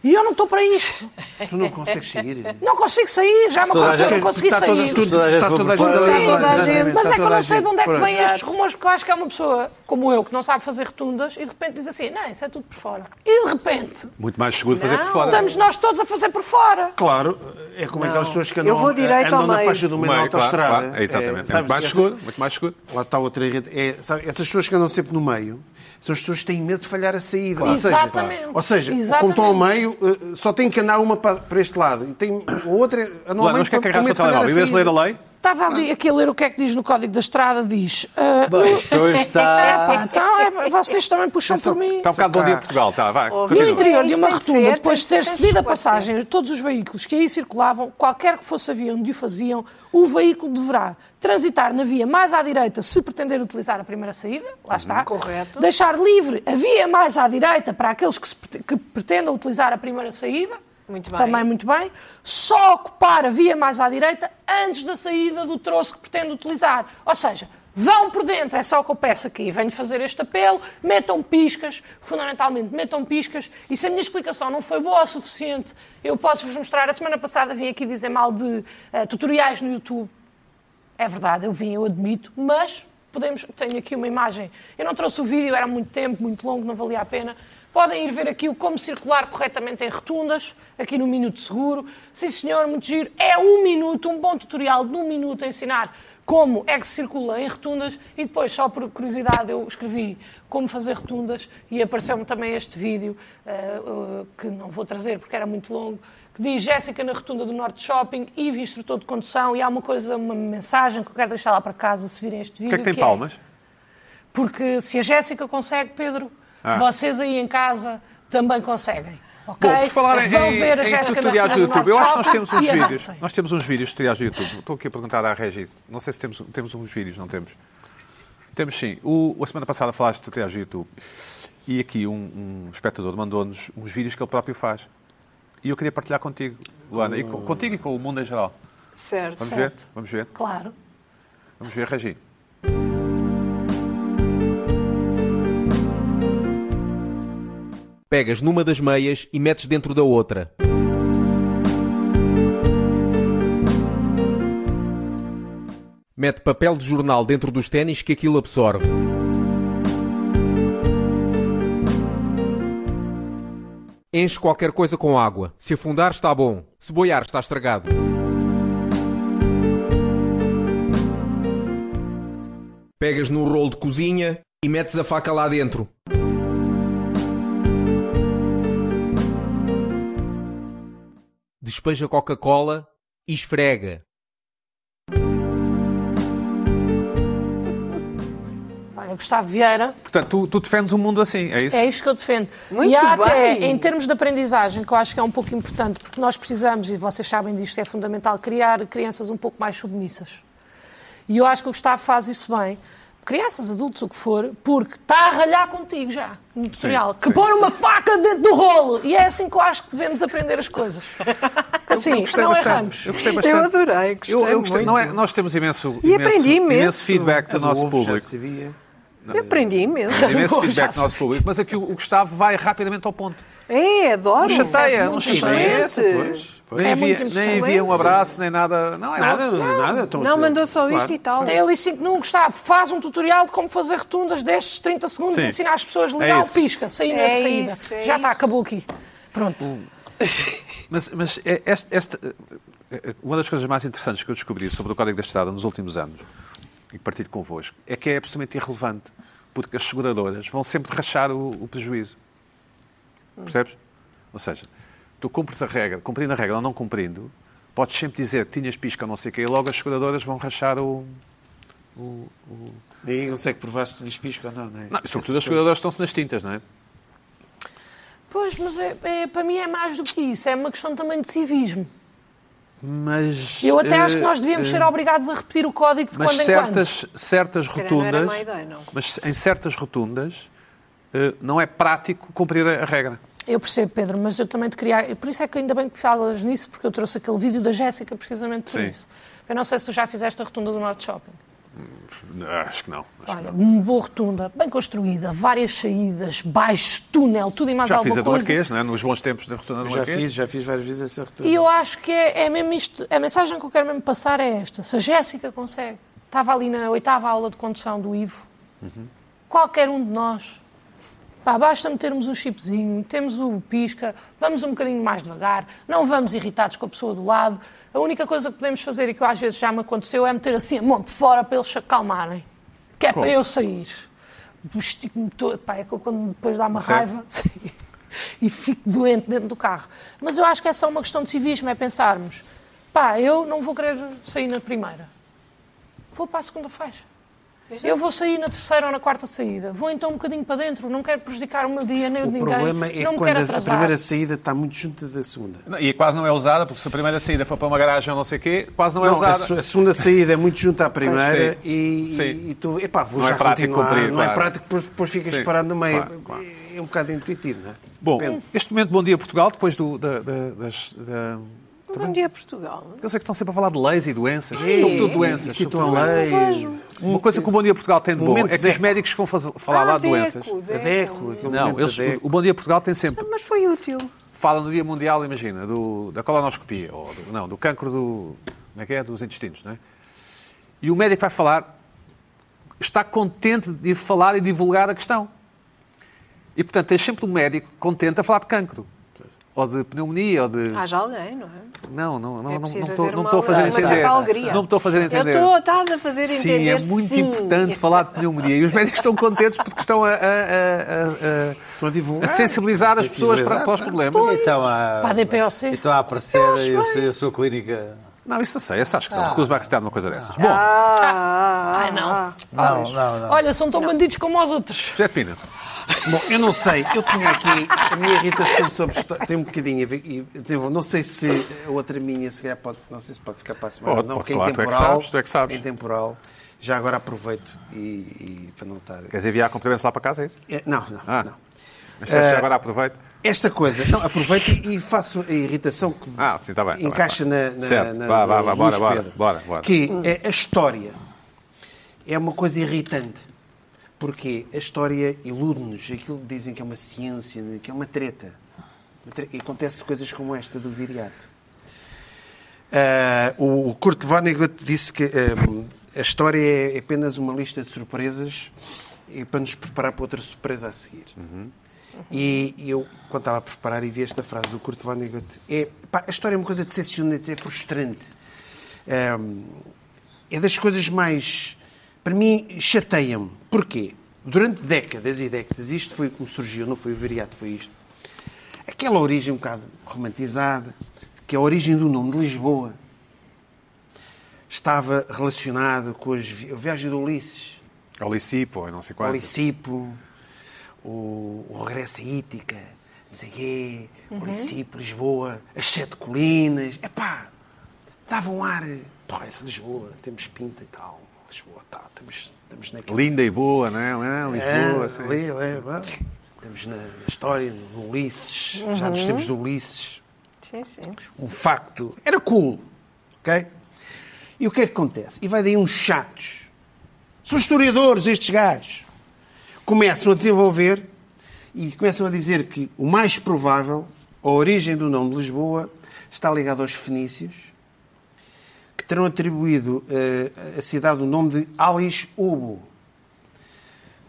Speaker 5: E eu não estou para isto.
Speaker 2: Tu não consegues sair.
Speaker 5: Não consigo sair, já me
Speaker 6: Toda a
Speaker 5: aconteceu,
Speaker 6: gente-
Speaker 5: não consegui
Speaker 2: está toda-
Speaker 5: sair.
Speaker 2: tudo-
Speaker 6: Toda a gente
Speaker 2: Está
Speaker 6: foi
Speaker 2: toda a
Speaker 6: por
Speaker 2: gente
Speaker 6: fora.
Speaker 2: ali.
Speaker 5: Sim, toda a
Speaker 2: Exatamente.
Speaker 5: gente. Mas é que eu
Speaker 2: Toda a
Speaker 5: não sei de onde é que
Speaker 2: gente.
Speaker 5: vêm estes rumores, porque eu acho que é uma pessoa como eu que não sabe fazer rotundas e de repente diz assim: não, isso é tudo por fora. E de repente,
Speaker 1: Muito mais seguro fazer por fora.
Speaker 5: estamos nós todos a fazer por fora.
Speaker 2: Claro, é como aquelas pessoas que
Speaker 4: Eu
Speaker 2: andam,
Speaker 4: vou direito
Speaker 2: andam
Speaker 4: ao
Speaker 2: na
Speaker 4: meio.
Speaker 2: faixa do
Speaker 1: Meio,
Speaker 2: meio da
Speaker 1: claro,
Speaker 2: autostrada.
Speaker 1: claro, é, exatamente.
Speaker 2: sabes,
Speaker 1: muito mais
Speaker 2: essa-
Speaker 1: seguro, muito mais seguro.
Speaker 2: Lá está outra rede. É, sabe, essas pessoas que andam sempre no meio são as pessoas que têm medo de falhar a saída. Ou seja,
Speaker 5: Exatamente.
Speaker 2: Ou seja, como
Speaker 5: Exatamente.
Speaker 2: estão ao meio, eh, só tem que andar uma pa- para este lado. E tem a outra, é- andam
Speaker 1: Lá,
Speaker 2: ao
Speaker 1: não
Speaker 2: meio
Speaker 1: esquece que
Speaker 2: para, com
Speaker 1: agarraste
Speaker 2: medo
Speaker 1: o
Speaker 2: de falhar a
Speaker 1: telemóvel. Em vez
Speaker 5: assim.
Speaker 1: de ler
Speaker 2: saída.
Speaker 1: a lei,
Speaker 5: Estava ali aqui a ler o que é que diz no Código da Estrada, diz. ah,
Speaker 6: Bem, isto hoje
Speaker 5: é pá,
Speaker 6: está.
Speaker 5: então é pá, vocês também puxam
Speaker 2: Então,
Speaker 5: por mim.
Speaker 1: está um bocado bom dia
Speaker 2: cá.
Speaker 1: Portugal. Tá, vai,
Speaker 4: Ouve.
Speaker 5: No
Speaker 1: continua.
Speaker 4: Isto
Speaker 5: interior de uma
Speaker 4: tem que
Speaker 5: rotunda,
Speaker 4: ser,
Speaker 5: depois de
Speaker 4: tem
Speaker 5: ter
Speaker 4: que ser,
Speaker 5: cedido a
Speaker 4: pode ser.
Speaker 5: passagem a todos os veículos que aí circulavam, qualquer que fosse a via onde o faziam, o veículo deverá transitar na via mais à direita se pretender utilizar a primeira saída, lá está.
Speaker 4: Uhum. Correto.
Speaker 5: Deixar livre a via mais à direita para aqueles que, se prete- que pretendam utilizar a primeira saída.
Speaker 4: Muito bem.
Speaker 5: Também muito bem. Só ocupar a via mais à direita antes da saída do troço que pretende utilizar. Ou seja, vão por dentro, é só o que eu peço aqui. Venho fazer este apelo, metam piscas, fundamentalmente metam piscas. E se a minha explicação não foi boa o suficiente, eu posso-vos mostrar. A semana passada vim aqui dizer mal de eh, tutoriais no YouTube. É verdade, eu vim, eu admito, mas podemos. Tenho aqui uma imagem. Eu não trouxe o vídeo, era muito tempo, muito longo, não valia a pena. Podem ir ver aqui o como circular corretamente em rotundas, aqui no Minuto Seguro. Sim, senhor, muito giro. É um minuto, um bom tutorial de um minuto a ensinar como é que se circula em rotundas. E depois, só por curiosidade, eu escrevi como fazer rotundas e apareceu-me também este vídeo, eh, eh, que não vou trazer porque era muito longo, que diz Jéssica na rotunda do Norte Shopping, Ivi, instrutor de condução, e há uma coisa, uma mensagem que eu quero deixar lá para casa se virem este vídeo.
Speaker 1: O que é que tem palmas?
Speaker 5: Porque se a Jéssica consegue, Pedro,
Speaker 1: Ah.
Speaker 5: vocês aí em casa também conseguem. ok?
Speaker 1: Bom, por falar em,
Speaker 5: Vão ver a
Speaker 1: em
Speaker 5: Jéssica na
Speaker 1: tutoriais do
Speaker 5: rotunda
Speaker 1: YouTube, eu acho que nós
Speaker 5: Norte
Speaker 1: temos uns
Speaker 5: Shopping e
Speaker 1: vídeos.
Speaker 5: avancem.
Speaker 1: Nós temos uns vídeos de tutoriais do YouTube. Estou aqui a perguntar à Regi. Não sei se temos, temos uns vídeos, não temos. Temos sim. O, a semana passada falaste de tutoriais do YouTube. E aqui um, um espectador mandou-nos uns vídeos que ele próprio faz. E eu queria partilhar contigo, Luana. E co- contigo e com o mundo em geral.
Speaker 4: Certo.
Speaker 1: Vamos ver? Vamos ver?
Speaker 5: Claro.
Speaker 1: Vamos ver, Regi.
Speaker 7: Pegas numa das meias e metes dentro da outra. Mete papel de jornal dentro dos ténis que aquilo absorve. Enche qualquer coisa com água. Se afundar, está bom. Se boiar, está estragado. Pegas num rolo de cozinha e metes a faca lá dentro. despeja Coca-Cola e esfrega.
Speaker 5: Olha, Gustavo Vieira,
Speaker 1: Portanto, tu, tu defendes um mundo assim, é isso?
Speaker 5: É isto que eu defendo.
Speaker 4: Muito
Speaker 5: e há
Speaker 4: bem.
Speaker 5: até, em termos de aprendizagem, que eu acho que é um pouco importante, porque nós precisamos, e vocês sabem disto, é fundamental, criar crianças um pouco mais submissas. E eu acho que o Gustavo faz isso bem. Crianças, adultos, o que for, porque está a ralhar contigo já, no tutorial. que
Speaker 1: sim,
Speaker 5: pôr uma faca dentro do rolo! E é assim que eu acho que devemos aprender as coisas. Assim,
Speaker 1: gostei
Speaker 5: não
Speaker 1: bastante.
Speaker 5: erramos.
Speaker 1: Eu gostei bastante.
Speaker 4: Eu adorei, gostei
Speaker 1: Eu- eu gostei-
Speaker 4: muito.
Speaker 1: não é- nós temos imenso,
Speaker 4: E aprendi imenso.
Speaker 1: imenso feedback do
Speaker 2: É Do
Speaker 1: nosso
Speaker 2: ovo, já
Speaker 1: público.
Speaker 2: sabia.
Speaker 4: Eu aprendi imenso.
Speaker 1: Tem imenso
Speaker 4: Bom,
Speaker 1: feedback do
Speaker 4: já-
Speaker 1: nosso público, mas aqui o o Gustavo vai rapidamente ao ponto.
Speaker 4: É, adoro.
Speaker 1: Não chateia, não
Speaker 4: Muito
Speaker 1: chateia.
Speaker 4: excelente.
Speaker 2: é Essa, pois. pois.
Speaker 1: Nem
Speaker 5: É muito
Speaker 1: envia, nem envia um
Speaker 4: excelente.
Speaker 1: abraço, nem nada. Não é
Speaker 2: Nada,
Speaker 1: ótimo.
Speaker 2: nada. então,
Speaker 4: Não,
Speaker 2: te-
Speaker 4: mandou só
Speaker 2: claro.
Speaker 4: isto e tal.
Speaker 5: Tem ali cinco não, Gustavo, faz um tutorial de como fazer rotundas destes 30 segundos,
Speaker 1: Sim. É
Speaker 5: ensina as pessoas legal,
Speaker 1: isso.
Speaker 5: pisca, saída,
Speaker 4: É
Speaker 5: saída.
Speaker 4: isso, é
Speaker 5: Já está,
Speaker 4: isso.
Speaker 5: acabou aqui. Pronto.
Speaker 1: Mas, mas é- este- este- eh, uma das coisas mais interessantes que eu descobri sobre o Código da Estrada nos últimos anos, e partilho convosco, é que é absolutamente irrelevante, porque as seguradoras vão sempre rachar o, o prejuízo.
Speaker 5: Hum.
Speaker 1: Percebes? Ou seja, tu cumpres a regra, cumprindo a regra ou não cumprindo, podes sempre dizer que tinhas pisca ou não sei o quê, e logo as seguradoras vão rachar o...
Speaker 2: Ninguém consegue provar se lhes pisca ou não, não é?
Speaker 1: Não, e sobretudo as
Speaker 2: Essas coisas.
Speaker 1: seguradoras estão-se nas tintas, não é?
Speaker 5: Pois, mas é- é- para mim é mais do que isso, é uma questão também de civismo.
Speaker 1: Mas...
Speaker 5: Eu até acho que
Speaker 1: eh,
Speaker 5: nós devíamos
Speaker 1: eh,
Speaker 5: ser obrigados a repetir o código de
Speaker 1: Mas
Speaker 5: quando em
Speaker 1: certas, certas
Speaker 4: calhar não era
Speaker 1: rotundas,
Speaker 4: má ideia, não.
Speaker 1: mas em certas rotundas eh, não é prático cumprir a a regra.
Speaker 5: quando. Eu percebo, Pedro, mas eu também te queria. Por isso é que ainda bem que falas nisso, porque eu trouxe aquele vídeo da Jéssica precisamente por
Speaker 1: Sim.
Speaker 5: isso. Eu não sei se tu já fizeste a rotunda do Norte Shopping.
Speaker 1: Acho que não.
Speaker 5: Olha, uma boa rotunda, bem construída, várias saídas, baixo, túnel, tudo e mais
Speaker 1: Já
Speaker 5: alguma
Speaker 1: fiz a do
Speaker 5: coisa.
Speaker 1: Marquês, não é? nos bons tempos da rotunda
Speaker 2: Eu
Speaker 1: do
Speaker 2: Já
Speaker 1: Marquês.
Speaker 2: fiz, já fiz várias vezes é essa
Speaker 5: E
Speaker 2: retorno.
Speaker 5: eu acho que é, é mesmo isto. A mensagem que eu quero mesmo passar é esta. Se a Jéssica consegue, estava ali na oitava aula de condução do Ivo, qualquer um de nós, pá, basta metermos um chipzinho, metemos o pisca, vamos um bocadinho mais devagar, não vamos irritados com a pessoa do lado. A única coisa que podemos fazer, e que às vezes já me aconteceu, é meter assim a mão por fora para eles se acalmarem. Que é para eu sair. Estico-me todo. Pá, é que eu quando depois dá uma
Speaker 1: Sério?
Speaker 5: raiva. sim, E fico doente dentro do carro. Mas eu acho que é só uma questão de civismo, é pensarmos: pá, eu não vou querer sair na primeira. Vou para a segunda faixa. Eu vou sair na terceira ou na quarta saída. Vou então um bocadinho para dentro. Não quero prejudicar o meu dia nem o de
Speaker 2: O
Speaker 5: ninguém.
Speaker 2: problema é
Speaker 5: não me
Speaker 2: quando
Speaker 5: quero
Speaker 2: a- a
Speaker 5: atrasar.
Speaker 2: primeira saída está muito junta da segunda.
Speaker 1: Não, E quase não é usada, porque se a primeira saída for para uma garagem ou não sei o quê, quase não é
Speaker 2: Não, a,
Speaker 1: usada.
Speaker 2: su- a segunda saída é muito junto à primeira
Speaker 1: Sim,
Speaker 2: e,
Speaker 1: sim.
Speaker 2: e- e tu, epá, vou
Speaker 1: Não
Speaker 2: já
Speaker 1: é prático
Speaker 2: continuar.
Speaker 1: cumprir,
Speaker 2: não
Speaker 1: claro.
Speaker 2: é prático, pois- depois ficas
Speaker 1: Sim,
Speaker 2: parado no meio.
Speaker 1: claro, claro.
Speaker 2: É um bocado intuitivo, não é?
Speaker 1: Bom,
Speaker 2: Depende.
Speaker 1: este momento Bom Dia Portugal, depois do, da, da- das... da-
Speaker 4: Bom dia, Portugal.
Speaker 1: Eu sei que estão sempre a falar de leis e doenças,
Speaker 4: Ei,
Speaker 1: sobretudo
Speaker 4: e
Speaker 1: doenças.
Speaker 2: E citam
Speaker 1: sobretudo
Speaker 2: a
Speaker 1: doenças.
Speaker 2: lei.
Speaker 1: Uma coisa que o Bom Dia Portugal tem de bom
Speaker 2: é Momento
Speaker 1: é que os
Speaker 2: Deco.
Speaker 1: médicos que vão fazer- falar
Speaker 4: Ah,
Speaker 1: lá de doenças. É
Speaker 2: A DECO, é aquele
Speaker 1: Não,
Speaker 2: momento
Speaker 1: eles,
Speaker 2: da DECO.
Speaker 1: o Bom Dia Portugal tem sempre
Speaker 4: Mas foi útil.
Speaker 1: fala no Dia Mundial, imagina, do- da colonoscopia, ou do- não, do cancro do, como é que é? dos intestinos, não é? E o médico vai falar, está contente de ir falar e divulgar a questão. E, portanto, tens sempre um médico contente a falar de cancro. Ou de pneumonia, ou de...
Speaker 4: Haja alguém, não é?
Speaker 1: Não, não, não, não,
Speaker 4: Ah, É
Speaker 1: não
Speaker 4: preciso
Speaker 1: estou
Speaker 4: haver
Speaker 1: não
Speaker 4: uma-
Speaker 1: estou a fazer
Speaker 4: uma
Speaker 1: entender.
Speaker 4: certa alegria.
Speaker 1: Não me estou a fazer
Speaker 4: Eu
Speaker 1: entender.
Speaker 4: estou, estás a fazer
Speaker 1: Sim, é
Speaker 4: entender.
Speaker 1: muito
Speaker 4: sim. É
Speaker 1: importante falar de pneumonia. E os médicos estão contentes porque estão a, a- a- a- a-
Speaker 2: Estão a divulgar.
Speaker 1: a sensibilizar as pessoas para, para os problemas.
Speaker 6: Então há,
Speaker 5: Para a DPOC.
Speaker 6: então há a aparecer e a sua- a sua clínica.
Speaker 1: Não, isso eu sei, isso acho que não. Recuso-me a acreditar numa coisa dessas. Bom,
Speaker 4: Ah,
Speaker 5: Ah, não.
Speaker 6: Não, não, não.
Speaker 5: Olha, são tão bandidos como os outros.
Speaker 1: José Pina,
Speaker 2: Bom, eu não sei, eu tinha aqui a minha irritação sobre histó- tem um bocadinho a ver, e desenvolvo- não sei se a outra minha, se calhar pode, não sei se pode ficar para a semana,
Speaker 1: Pode,
Speaker 2: não,
Speaker 1: pode,
Speaker 2: porque
Speaker 1: claro,
Speaker 2: é
Speaker 1: tu é que
Speaker 2: temporal,
Speaker 1: sabes, tu é que sabes.
Speaker 2: temporal, já agora aproveito e, e para não estar...
Speaker 1: queres enviar cumprimentos lá para casa, é isso?
Speaker 2: É, Não, não,
Speaker 1: Ah,
Speaker 2: não.
Speaker 1: Mas se achas agora aproveito.
Speaker 2: Esta coisa, não, aproveito e e faço a irritação que
Speaker 1: Ah, sim, tá bem, tá bem,
Speaker 2: encaixa
Speaker 1: tá bem.
Speaker 2: na, na,
Speaker 1: Certo,
Speaker 2: na-
Speaker 1: vá,
Speaker 2: na-
Speaker 1: vá, vá, bora,
Speaker 2: Luís
Speaker 1: bora,
Speaker 2: Pedro.
Speaker 1: bora, bora.
Speaker 2: Que é, a história é uma coisa irritante. Porque a história ilude-nos. Aquilo que dizem que é uma ciência, né, que é uma treta. Uma tre- E acontece coisas como esta do viriato. Ah, o Kurt Vonnegut disse que ah, a história é apenas uma lista de surpresas e para nos preparar para outra surpresa a seguir. E eu, quando estava a preparar e vi esta frase do Kurt Vonnegut, é, pá, a história é uma coisa decepcionante, é frustrante. Ahm, é das coisas mais. Para mim, chateia-me. Porquê? Durante décadas e décadas, isto foi como surgiu, não foi o viriato, foi isto. Aquela origem um bocado romantizada, que é a origem do nome de Lisboa, estava relacionada com as vi- a viagem de Ulisses
Speaker 1: Olicipo, eu não sei
Speaker 2: o
Speaker 1: quanto.
Speaker 2: Licipo, o, o regresso a Ítica, não sei quê, o Licipo, Lisboa, as sete colinas, epá, dava um ar, porra, essa Lisboa, temos pinta e tal, Lisboa, tá, estamos, estamos naquela...
Speaker 1: Linda e boa, não é? Não é? Lisboa,
Speaker 2: É,
Speaker 1: sim.
Speaker 2: ali, ali, vá. Estamos na, na história, no Ulisses, já nos tempos do Ulisses,
Speaker 4: Sim, sim.
Speaker 2: um facto, era cool, ok? E o que é que acontece? E vai daí uns chatos, são historiadores estes gajos. começam a desenvolver e começam a dizer que o mais provável, a origem do nome de Lisboa, está ligada aos fenícios, que terão atribuído eh, à cidade o nome de Alis Ubo,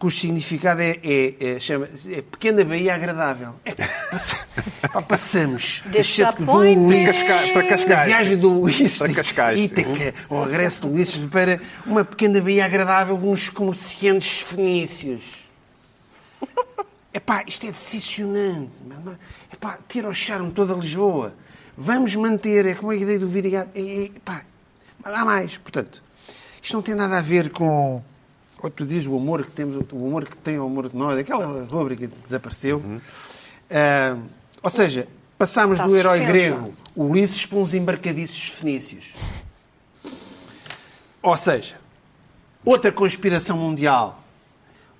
Speaker 2: cujo significado é, é, é, chama é Pequena Baía Agradável. É, passa- pá, passamos da chapa do
Speaker 4: Disappointing.
Speaker 2: Ulisses,
Speaker 1: Para Cascais.
Speaker 2: da viagem do Ulisses,
Speaker 1: Para Cascais, sim.
Speaker 2: Ítaca, ao regresso do Ulisses para uma pequena baía agradável de uns comerciantes fenícios. Epá, isto é decepcionante. mamã. Epá, tira o charme toda Lisboa. Vamos manter, é como a ideia do virigado. É, é, epá, mas há mais. Portanto, isto não tem nada a ver com... Ou tu dizes o amor que temos, o amor que tem o amor de nós. Aquela rubrica que desapareceu. Ah, ou seja, passámos
Speaker 4: Está
Speaker 2: do herói
Speaker 4: suspensa.
Speaker 2: grego Ulisses para uns embarcadiços fenícios. Ou seja, outra conspiração mundial.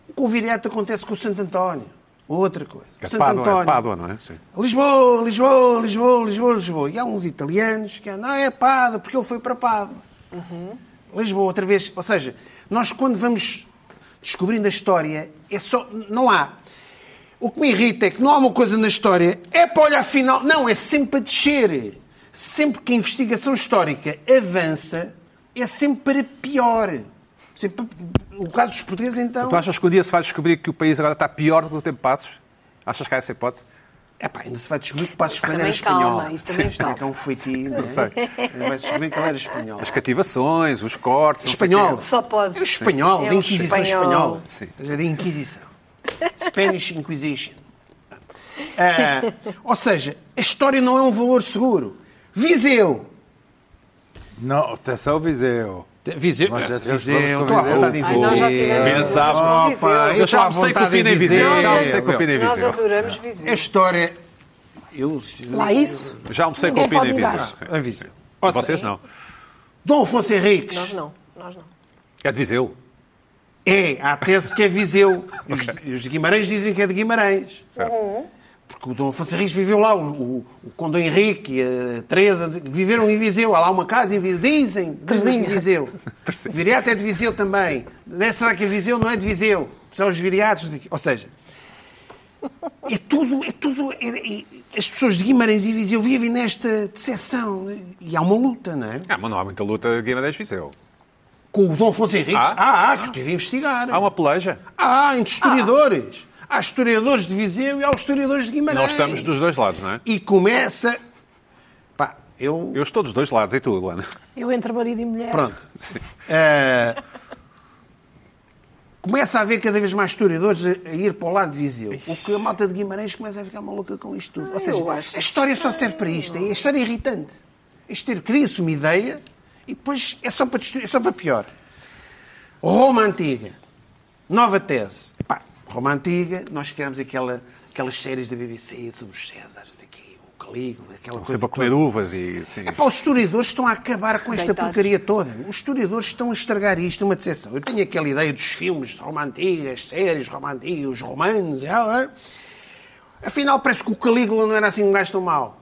Speaker 2: O que o Viriato acontece com o Santo António. Outra coisa. O
Speaker 1: É
Speaker 2: Santo
Speaker 1: Pádua, é
Speaker 2: António.
Speaker 1: Pádua, não é? Sim.
Speaker 2: Lisboa, Lisboa, Lisboa, Lisboa, Lisboa. E há uns italianos que andam, não, é Pádua, porque ele foi para Pádua. Lisboa, outra vez. Ou seja, nós quando vamos descobrindo a história, é só. Não há. O que me irrita é que não há uma coisa na história, é para olhar afinal. Não, é sempre a descer. Sempre que a investigação histórica avança, é sempre para pior. Sempre... O caso dos portugueses, então.
Speaker 1: Tu achas que um dia se vai descobrir que o país agora está pior do que o tempo passos? Achas que há essa hipótese?
Speaker 2: Epá, ainda se vai descobrir que Passos Coelho era
Speaker 4: também calma,
Speaker 2: espanhol.
Speaker 4: isso também
Speaker 2: Sim.
Speaker 4: calma.
Speaker 2: É que é um feitiço, não
Speaker 1: sei.
Speaker 2: é? Ainda vai se descobrir que ele era espanhol.
Speaker 1: As cativações, os cortes. não sei o quê.
Speaker 2: Espanhol.
Speaker 4: Só pode.
Speaker 2: É o espanhol,
Speaker 4: É
Speaker 2: da
Speaker 4: o
Speaker 2: Inquisição
Speaker 4: espanhol.
Speaker 2: espanhola.
Speaker 1: Sim.
Speaker 2: Ou seja, da Inquisição. Spanish Inquisition. Ah, ou seja, a história não é um valor seguro. Viseu.
Speaker 1: Oh.
Speaker 6: Não, atenção, Viseu.
Speaker 1: é
Speaker 2: Viseu,
Speaker 6: Nós já tivemos
Speaker 2: Viseu,
Speaker 6: problemas com
Speaker 2: estou à
Speaker 6: Viseu.
Speaker 2: vontade em
Speaker 4: Ai, nós já
Speaker 2: Viseu.
Speaker 4: tivemos
Speaker 1: Menos sabes.
Speaker 4: problemas com
Speaker 2: Opa,
Speaker 4: Viseu.
Speaker 1: Eu já
Speaker 2: estou à
Speaker 1: almocei com o
Speaker 2: vontade
Speaker 1: Pina em Viseu. Já almocei com o Pina em
Speaker 4: Nós
Speaker 1: Viseu.
Speaker 4: adoramos Viseu.
Speaker 2: A história... Eu...
Speaker 5: Lá isso.
Speaker 1: Já almocei com o
Speaker 5: Ninguém
Speaker 1: Pina em
Speaker 5: pode mudar.
Speaker 1: Viseu.
Speaker 2: A Viseu.
Speaker 1: Sim.
Speaker 2: Ou
Speaker 1: Vocês
Speaker 2: seja,
Speaker 1: não.
Speaker 2: Dom Afonso Henriques.
Speaker 4: Nós não, nós não.
Speaker 1: É de Viseu.
Speaker 2: É, há a tese que é Viseu. E os, e os de Guimarães dizem que é de Guimarães. Porque o Dom Afonso Henriques viveu lá, o, o, o Conde Henrique, e a Teresa, viveram em Viseu. Há lá uma casa em Viseu. Dizem, dizem que é de Viseu. Viriato é de Viseu também. Né, Será que é Viseu? Não é de Viseu. São os viriatos. não sei o quê. Ou seja, é tudo, é tudo. é- é- as pessoas de Guimarães e Viseu vivem nesta decepção. E há uma luta, não é?
Speaker 1: Ah, mas não há muita luta Guimarães-Viseu.
Speaker 2: Com o Dom Afonso Henriques.
Speaker 1: Ah?
Speaker 2: Ah, ah, que eu tive a investigar.
Speaker 1: Há uma peleja.
Speaker 2: Há entre historiadores. Há historiadores de Viseu e há os historiadores de Guimarães.
Speaker 1: Nós estamos dos dois lados, não é?
Speaker 2: E começa... Pá, eu...
Speaker 1: Eu estou dos dois lados. E tu, Luana?
Speaker 5: Eu entre marido e mulher.
Speaker 2: Pronto. Eh, Começa a haver cada vez mais historiadores a, a ir para o lado de Viseu. O que a malta de Guimarães começa a ficar maluca com isto tudo. Ou
Speaker 4: Ah, eu
Speaker 2: seja,
Speaker 4: acho
Speaker 2: a história só serve para isto. É a história irritante. É Isto ter cria-se uma ideia e depois é só para, destruir, é só para pior. Roma Antiga. Nova tese. Pá, Roma Antiga, nós criamos aquela, aquelas séries da BBC sobre os Césares, aqui, o Calígula, aquela coisa.
Speaker 1: Sempre a comer uvas e... Sim.
Speaker 2: É pá, os historiadores estão a acabar com esta
Speaker 4: Deitados.
Speaker 2: porcaria toda. Os historiadores estão a estragar isto, é uma decepção. Eu tenho aquela ideia dos filmes românticos, as séries românticas, os romanos. é, é. Afinal, parece que o Calígula não era assim um gajo tão mau.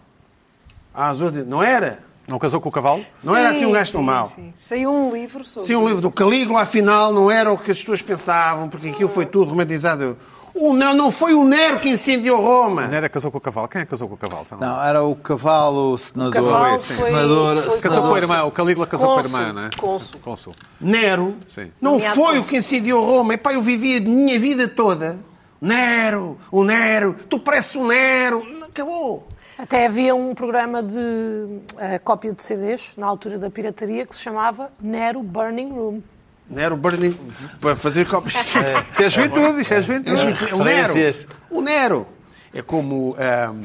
Speaker 2: Ah, as outras- não era?
Speaker 1: Não casou com o cavalo?
Speaker 2: Não era assim um gajo tão
Speaker 4: sim,
Speaker 2: mau.
Speaker 4: sim. Saiu um livro sobre.
Speaker 2: Sim, o livro do Calígula, afinal, não era o que as pessoas pensavam, porque aquilo foi tudo romantizado. O, não, não foi o Nero que incendiou Roma.
Speaker 1: Não era casou com o cavalo? Quem é que casou com o cavalo?
Speaker 6: Não, era o cavalo, o senador.
Speaker 4: cavalo
Speaker 6: Sim.
Speaker 4: foi-
Speaker 6: senador,
Speaker 4: foi-
Speaker 1: Casou com
Speaker 6: senador
Speaker 1: a irmã. O Calígula casou com a irmã,
Speaker 4: Cônsul,
Speaker 1: não é?
Speaker 4: cônsul.
Speaker 1: Cônsul.
Speaker 2: Nero
Speaker 1: Sim.
Speaker 2: não
Speaker 4: Nomeado
Speaker 2: foi
Speaker 4: como-
Speaker 2: o que incidiu Roma. Epá, eu vivi a minha vida toda. Nero, o Nero, tu pareces um Nero. Acabou.
Speaker 5: Até havia um programa de eh, cópia de CDs, na altura da pirataria, que se chamava Nero Burning Room.
Speaker 2: Nero Burning para fazer cópias.
Speaker 1: Isto é juventude, isto é
Speaker 2: É
Speaker 1: juventude.
Speaker 2: juventude. o Nero.
Speaker 6: referências.
Speaker 2: O Nero. É como, ahm,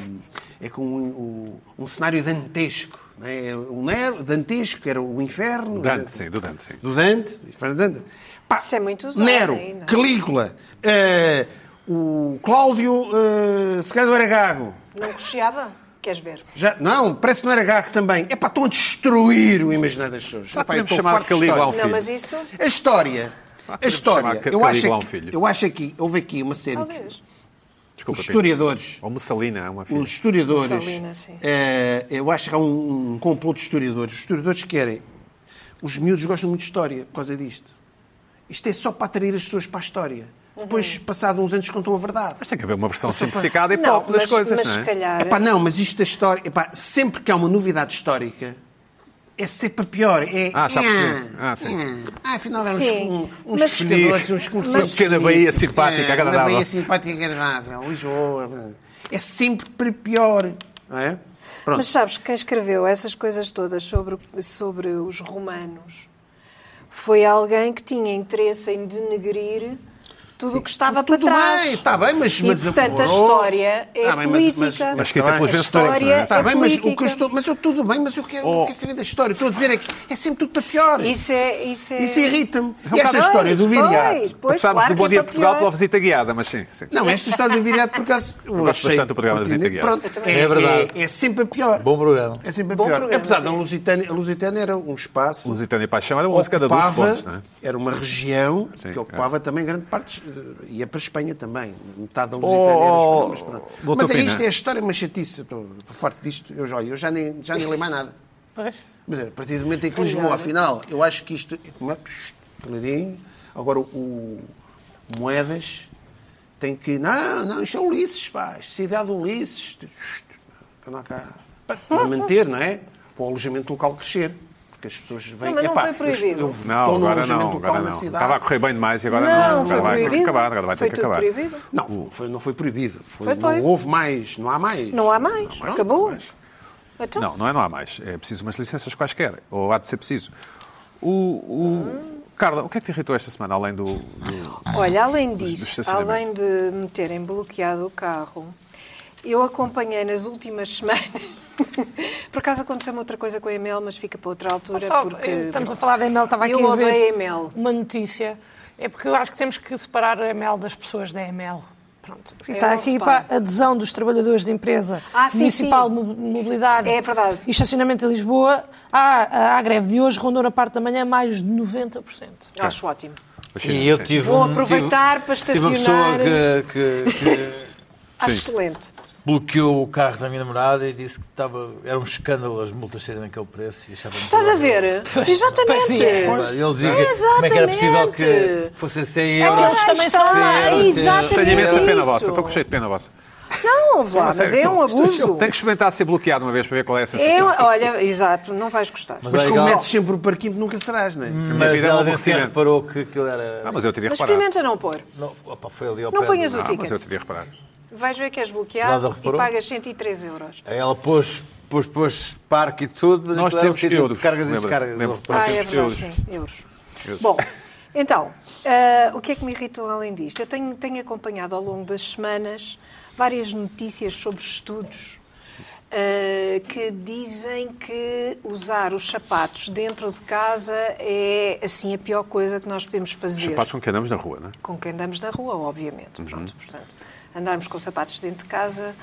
Speaker 2: é como um, um- um cenário dantesco. não é? O Nero, dantesco, era o inferno.
Speaker 1: Dante, sim, do Dante, sim.
Speaker 2: do Dante, do Inferno de Dante. Pá,
Speaker 4: Isso é muito usado
Speaker 2: Nero,
Speaker 4: ainda.
Speaker 2: Calígula, eh, o Cláudio, eh, se calhar não era gago.
Speaker 4: Não cocheava? Queres ver?
Speaker 2: Já, não, parece que não era gago também. É para estão a destruir o imaginário das pessoas.
Speaker 1: Já
Speaker 2: Epá, eu
Speaker 1: podemos
Speaker 2: estou
Speaker 1: chamar
Speaker 2: farto de
Speaker 1: Calígula
Speaker 2: história.
Speaker 1: ao
Speaker 4: Não,
Speaker 1: filho. É
Speaker 4: mas isso.
Speaker 2: A história, a
Speaker 1: podemos
Speaker 2: história.
Speaker 1: chamar Ca-
Speaker 2: Eu acho,
Speaker 1: Calígula
Speaker 2: aqui-
Speaker 1: ao filho.
Speaker 2: eu acho aqui, houve aqui uma série
Speaker 4: Talvez.
Speaker 2: de
Speaker 1: Desculpa, Pedro.
Speaker 2: historiadores.
Speaker 1: Ou Messalina, é uma filha.
Speaker 2: é Os historiadores.
Speaker 4: Mussolini, sim.
Speaker 2: eh, eu acho que há um, um complô de historiadores. Os historiadores querem. Os miúdos gostam muito de história por causa disto. Isto é só para atrair as pessoas para a história.
Speaker 4: Uhum.
Speaker 2: depois, passado uns anos, contam a verdade.
Speaker 1: Mas tem que haver uma versão simplificada e pop das
Speaker 4: mas,
Speaker 1: coisas,
Speaker 4: mas
Speaker 1: não é?
Speaker 4: se calhar.
Speaker 2: Epá, não, mas isto da história. Epá, sempre que há uma novidade histórica, é sempre pior. É,
Speaker 1: Ah, já percebi. Ah, sim.
Speaker 2: Ah, afinal, eram uns,
Speaker 4: Sim.
Speaker 2: um, uns
Speaker 4: Mas-
Speaker 2: pescadores, uns
Speaker 1: Uma
Speaker 2: cursos.
Speaker 1: pequena Bahia simpática, agradável.
Speaker 2: Uma Bahia simpática, agradável. Lisboa. É sempre para pior. Não é? Pronto.
Speaker 4: Mas sabes, quem escreveu essas coisas todas sobre, sobre os romanos foi alguém que tinha interesse em denegrir tudo o que estava
Speaker 2: Tudo
Speaker 4: para trás.
Speaker 2: bem, está bem, mas...
Speaker 4: E,
Speaker 2: mas
Speaker 4: portanto, a
Speaker 2: apurou.
Speaker 4: história é
Speaker 2: Está bem, mas-
Speaker 4: política.
Speaker 2: mas- mas-
Speaker 1: Mas escrita
Speaker 2: Está bem.
Speaker 1: pelos
Speaker 4: A
Speaker 1: vencedores, não
Speaker 4: história-
Speaker 1: é?
Speaker 2: Está
Speaker 4: é
Speaker 2: Tá, bem, mas o que
Speaker 4: política.
Speaker 2: eu estou... Mas eu tudo bem, mas eu quero,
Speaker 1: Oh.
Speaker 2: quero saber da história. Estou a dizer é que é sempre tudo para pior.
Speaker 4: Isso é. Isso, é...
Speaker 2: Isso irrita-me. E
Speaker 4: Pois,
Speaker 2: esta história do
Speaker 4: pois,
Speaker 2: viriato...
Speaker 4: pois,
Speaker 1: Passámos
Speaker 4: claro
Speaker 1: do Bom
Speaker 4: que
Speaker 1: Dia
Speaker 4: isso é
Speaker 1: Portugal
Speaker 4: pior.
Speaker 1: pela visita guiada, mas sim. sim.
Speaker 2: Não, esta história do viriato, por acaso... Eu
Speaker 1: gosto
Speaker 2: achei
Speaker 1: bastante do programa da Zita
Speaker 2: pertinente.
Speaker 1: Guiado.
Speaker 2: Pronto,
Speaker 4: também.
Speaker 2: é,
Speaker 3: É verdade.
Speaker 2: É, é sempre a pior.
Speaker 3: Bom programa.
Speaker 2: É sempre a
Speaker 4: Bom
Speaker 2: pior.
Speaker 4: programa,
Speaker 2: Apesar
Speaker 4: sim.
Speaker 2: da Lusitânia, a Lusitânia era um espaço...
Speaker 1: Lusitânia e Paixão era um uma música da 12
Speaker 2: ocupava-
Speaker 1: pontos, não é?
Speaker 2: Era uma região
Speaker 1: Sim, é.
Speaker 2: que ocupava também grande parte. eh, Ia para a Espanha também. Metade da Lusitânia era
Speaker 1: Oh,
Speaker 2: espanhola, mas pronto.
Speaker 1: doutor
Speaker 2: Mas é
Speaker 1: Pina.
Speaker 2: isto, é a história, é uma chatice. Eu Estou estou farto disto. Eu já, eu já, nem, já nem leio mais nada.
Speaker 5: Pois.
Speaker 2: Mas é, a partir do momento em que Lisboa, afinal, eu acho que isto. é Como é que. shh, caladinho. Agora, o o Moedas tem que. Não, não, isto é Ulisses, pá. isto é Cidade de Ulisses. Shh, que não há cá. Pá, Para manter, não é? Para o alojamento local crescer. Porque as pessoas vêm.
Speaker 4: mas não
Speaker 2: epá,
Speaker 4: foi
Speaker 2: eu
Speaker 4: proibido.
Speaker 2: estou- eu
Speaker 1: Não,
Speaker 2: estou num
Speaker 1: agora
Speaker 2: alojamento
Speaker 1: não,
Speaker 2: local
Speaker 1: agora
Speaker 2: na
Speaker 1: não.
Speaker 2: cidade.
Speaker 1: Estava a correr bem demais e agora não.
Speaker 4: Não,
Speaker 1: Agora
Speaker 4: foi
Speaker 1: vai ter que
Speaker 4: proibido.
Speaker 1: acabar, agora vai
Speaker 4: foi
Speaker 1: ter que
Speaker 4: tudo
Speaker 1: acabar.
Speaker 4: proibido.
Speaker 2: Não, foi, não foi proibido. Foi-
Speaker 4: Foi, foi.
Speaker 2: Não houve mais, não há mais.
Speaker 4: Não há mais.
Speaker 2: Pronto,
Speaker 4: Acabou.
Speaker 2: mas-
Speaker 4: Então,
Speaker 1: Não, não é não há mais. É preciso umas licenças quaisquer, ou há de ser preciso. O, o... Carla, o que é que te irritou esta semana, além do... do-
Speaker 4: Olha, além
Speaker 1: Dos- dos
Speaker 4: disso, além
Speaker 1: estacionamentos.
Speaker 4: de me terem bloqueado o carro, eu acompanhei nas últimas semanas. Por acaso aconteceu-me outra coisa com a Emel, mas fica para outra altura.
Speaker 5: Só,
Speaker 4: porque...
Speaker 5: eh, Estamos a falar da Emel, estava aqui
Speaker 4: Eu
Speaker 5: a ver
Speaker 4: odeio a Emel.
Speaker 5: uma notícia. É porque eu acho que temos que separar a Emel das pessoas da Emel. Pronto. É E
Speaker 4: Eu
Speaker 5: Está
Speaker 4: não
Speaker 5: aqui
Speaker 4: separo.
Speaker 5: para adesão dos trabalhadores de empresa
Speaker 4: Ah, sim,
Speaker 5: municipal,
Speaker 4: sim.
Speaker 5: mo- mobilidade
Speaker 4: É verdade.
Speaker 5: e estacionamento em Lisboa. Há, há a greve de hoje, rondou na parte da manhã mais de 90%.
Speaker 4: Acho ótimo.
Speaker 1: Imagina,
Speaker 3: E eu
Speaker 1: sim.
Speaker 3: tive
Speaker 4: Vou
Speaker 3: um-
Speaker 4: aproveitar
Speaker 3: tive-
Speaker 4: para
Speaker 3: Tive uma
Speaker 4: estacionar.
Speaker 3: pessoa que- que- que
Speaker 4: Acho excelente.
Speaker 3: bloqueou o carro da minha namorada e disse que estava, era um escândalo as multas serem naquele preço. E achava muito
Speaker 4: Estás a
Speaker 3: bem.
Speaker 4: ver? Exatamente.
Speaker 3: Ele dizia que-
Speaker 4: Exatamente.
Speaker 3: como é que era possível que fosse 100 euros.
Speaker 5: É Eles também são
Speaker 4: Ah,
Speaker 3: Sim,
Speaker 4: exatamente
Speaker 1: Tenho imensa pena
Speaker 4: isso.
Speaker 1: vossa, estou com cheio de pena vossa.
Speaker 4: Não, vá, mas é um abuso.
Speaker 1: Tenho que experimentar ser bloqueado uma vez para ver qual é a sensação.
Speaker 4: É, um- olha, exato, não vais gostar.
Speaker 2: Mas
Speaker 3: é
Speaker 2: como
Speaker 3: igual.
Speaker 2: metes sempre o parquinho, nunca serás, não é?
Speaker 1: minha
Speaker 3: Mas
Speaker 1: vida é um
Speaker 3: ela disse que
Speaker 1: aborrecimento.
Speaker 3: reparou que aquilo era.
Speaker 1: Ah, mas eu teria
Speaker 4: Mas
Speaker 1: reparado.
Speaker 4: experimenta não pôr.
Speaker 3: Não, opa, foi ali ao
Speaker 4: Não
Speaker 3: pé
Speaker 4: ponhas
Speaker 3: do-
Speaker 4: o
Speaker 1: Ah, mas eu
Speaker 4: ticket.
Speaker 1: teria reparado.
Speaker 4: Vais ver que és
Speaker 3: Nada
Speaker 4: bloqueado e
Speaker 3: reparou?
Speaker 4: pagas 103 euros.
Speaker 3: Aí Ela pôs, pôs, pôs parque e tudo, mas
Speaker 1: Nós
Speaker 3: aquilo era um
Speaker 1: temos
Speaker 3: sítio de
Speaker 1: euros,
Speaker 3: Cargas e
Speaker 1: lembra-
Speaker 3: descargas.
Speaker 1: lembra-
Speaker 3: Ela-
Speaker 4: Ah,
Speaker 1: Parece
Speaker 4: é
Speaker 1: uns
Speaker 4: verdade,
Speaker 1: euros.
Speaker 4: sim, euros. Bom, então, ah, o que é que me irritou além disto? Eu tenho, tenho acompanhado ao longo das semanas várias notícias sobre estudos ah, que dizem que usar os sapatos dentro de casa é, assim, a pior coisa que nós podemos
Speaker 1: Os
Speaker 4: fazer.
Speaker 1: sapatos Uhum. com que andamos na rua, não é?
Speaker 4: Com quem andamos na rua, obviamente. Pronto, portanto, andarmos com sapatos dentro de casa,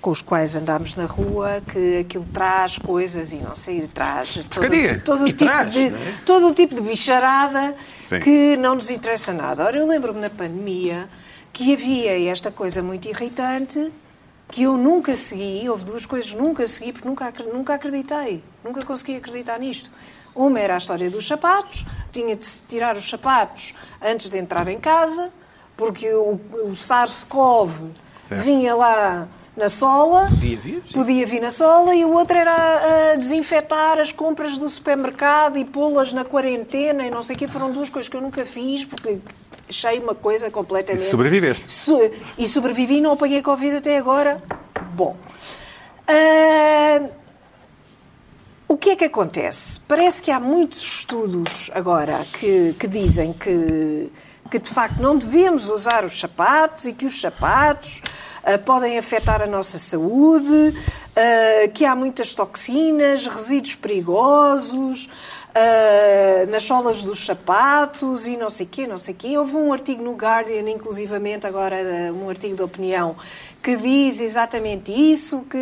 Speaker 4: com os quais andámos na rua, que aquilo traz coisas e não sei, traz todo,
Speaker 1: Porcaria.
Speaker 4: todo, o tipo
Speaker 2: traz,
Speaker 4: de,
Speaker 2: não é?
Speaker 4: todo o tipo de bicharada
Speaker 1: Sim.
Speaker 4: que não nos interessa nada. Ora, eu lembro-me na pandemia que havia esta coisa muito irritante que eu nunca segui, houve duas coisas que nunca segui porque nunca, acre- nunca acreditei, nunca consegui acreditar nisto. Uma era a história dos sapatos, tinha de se tirar os sapatos antes de entrar em casa, porque o, o SARS-CoV vinha lá na sola,
Speaker 2: Podia vir, sim.
Speaker 4: podia vir na sola, e o outro era ah, desinfetar as compras do supermercado e pô-las na quarentena e não sei o quê. Foram duas coisas que eu nunca fiz, porque achei uma coisa completamente...
Speaker 1: E sobreviveste.
Speaker 4: So- e sobrevivi e não apanhei Covid até agora. Bom... Ah, o que é que acontece? Parece que há muitos estudos agora que, que dizem que, que, de facto, não devemos usar os sapatos e que os sapatos ah, podem afetar a nossa saúde, ah, que há muitas toxinas, resíduos perigosos ah, nas solas dos sapatos e não sei quê, não sei quê. Houve um artigo no Guardian, inclusivamente, agora, ah, um artigo de opinião, que diz exatamente isso, que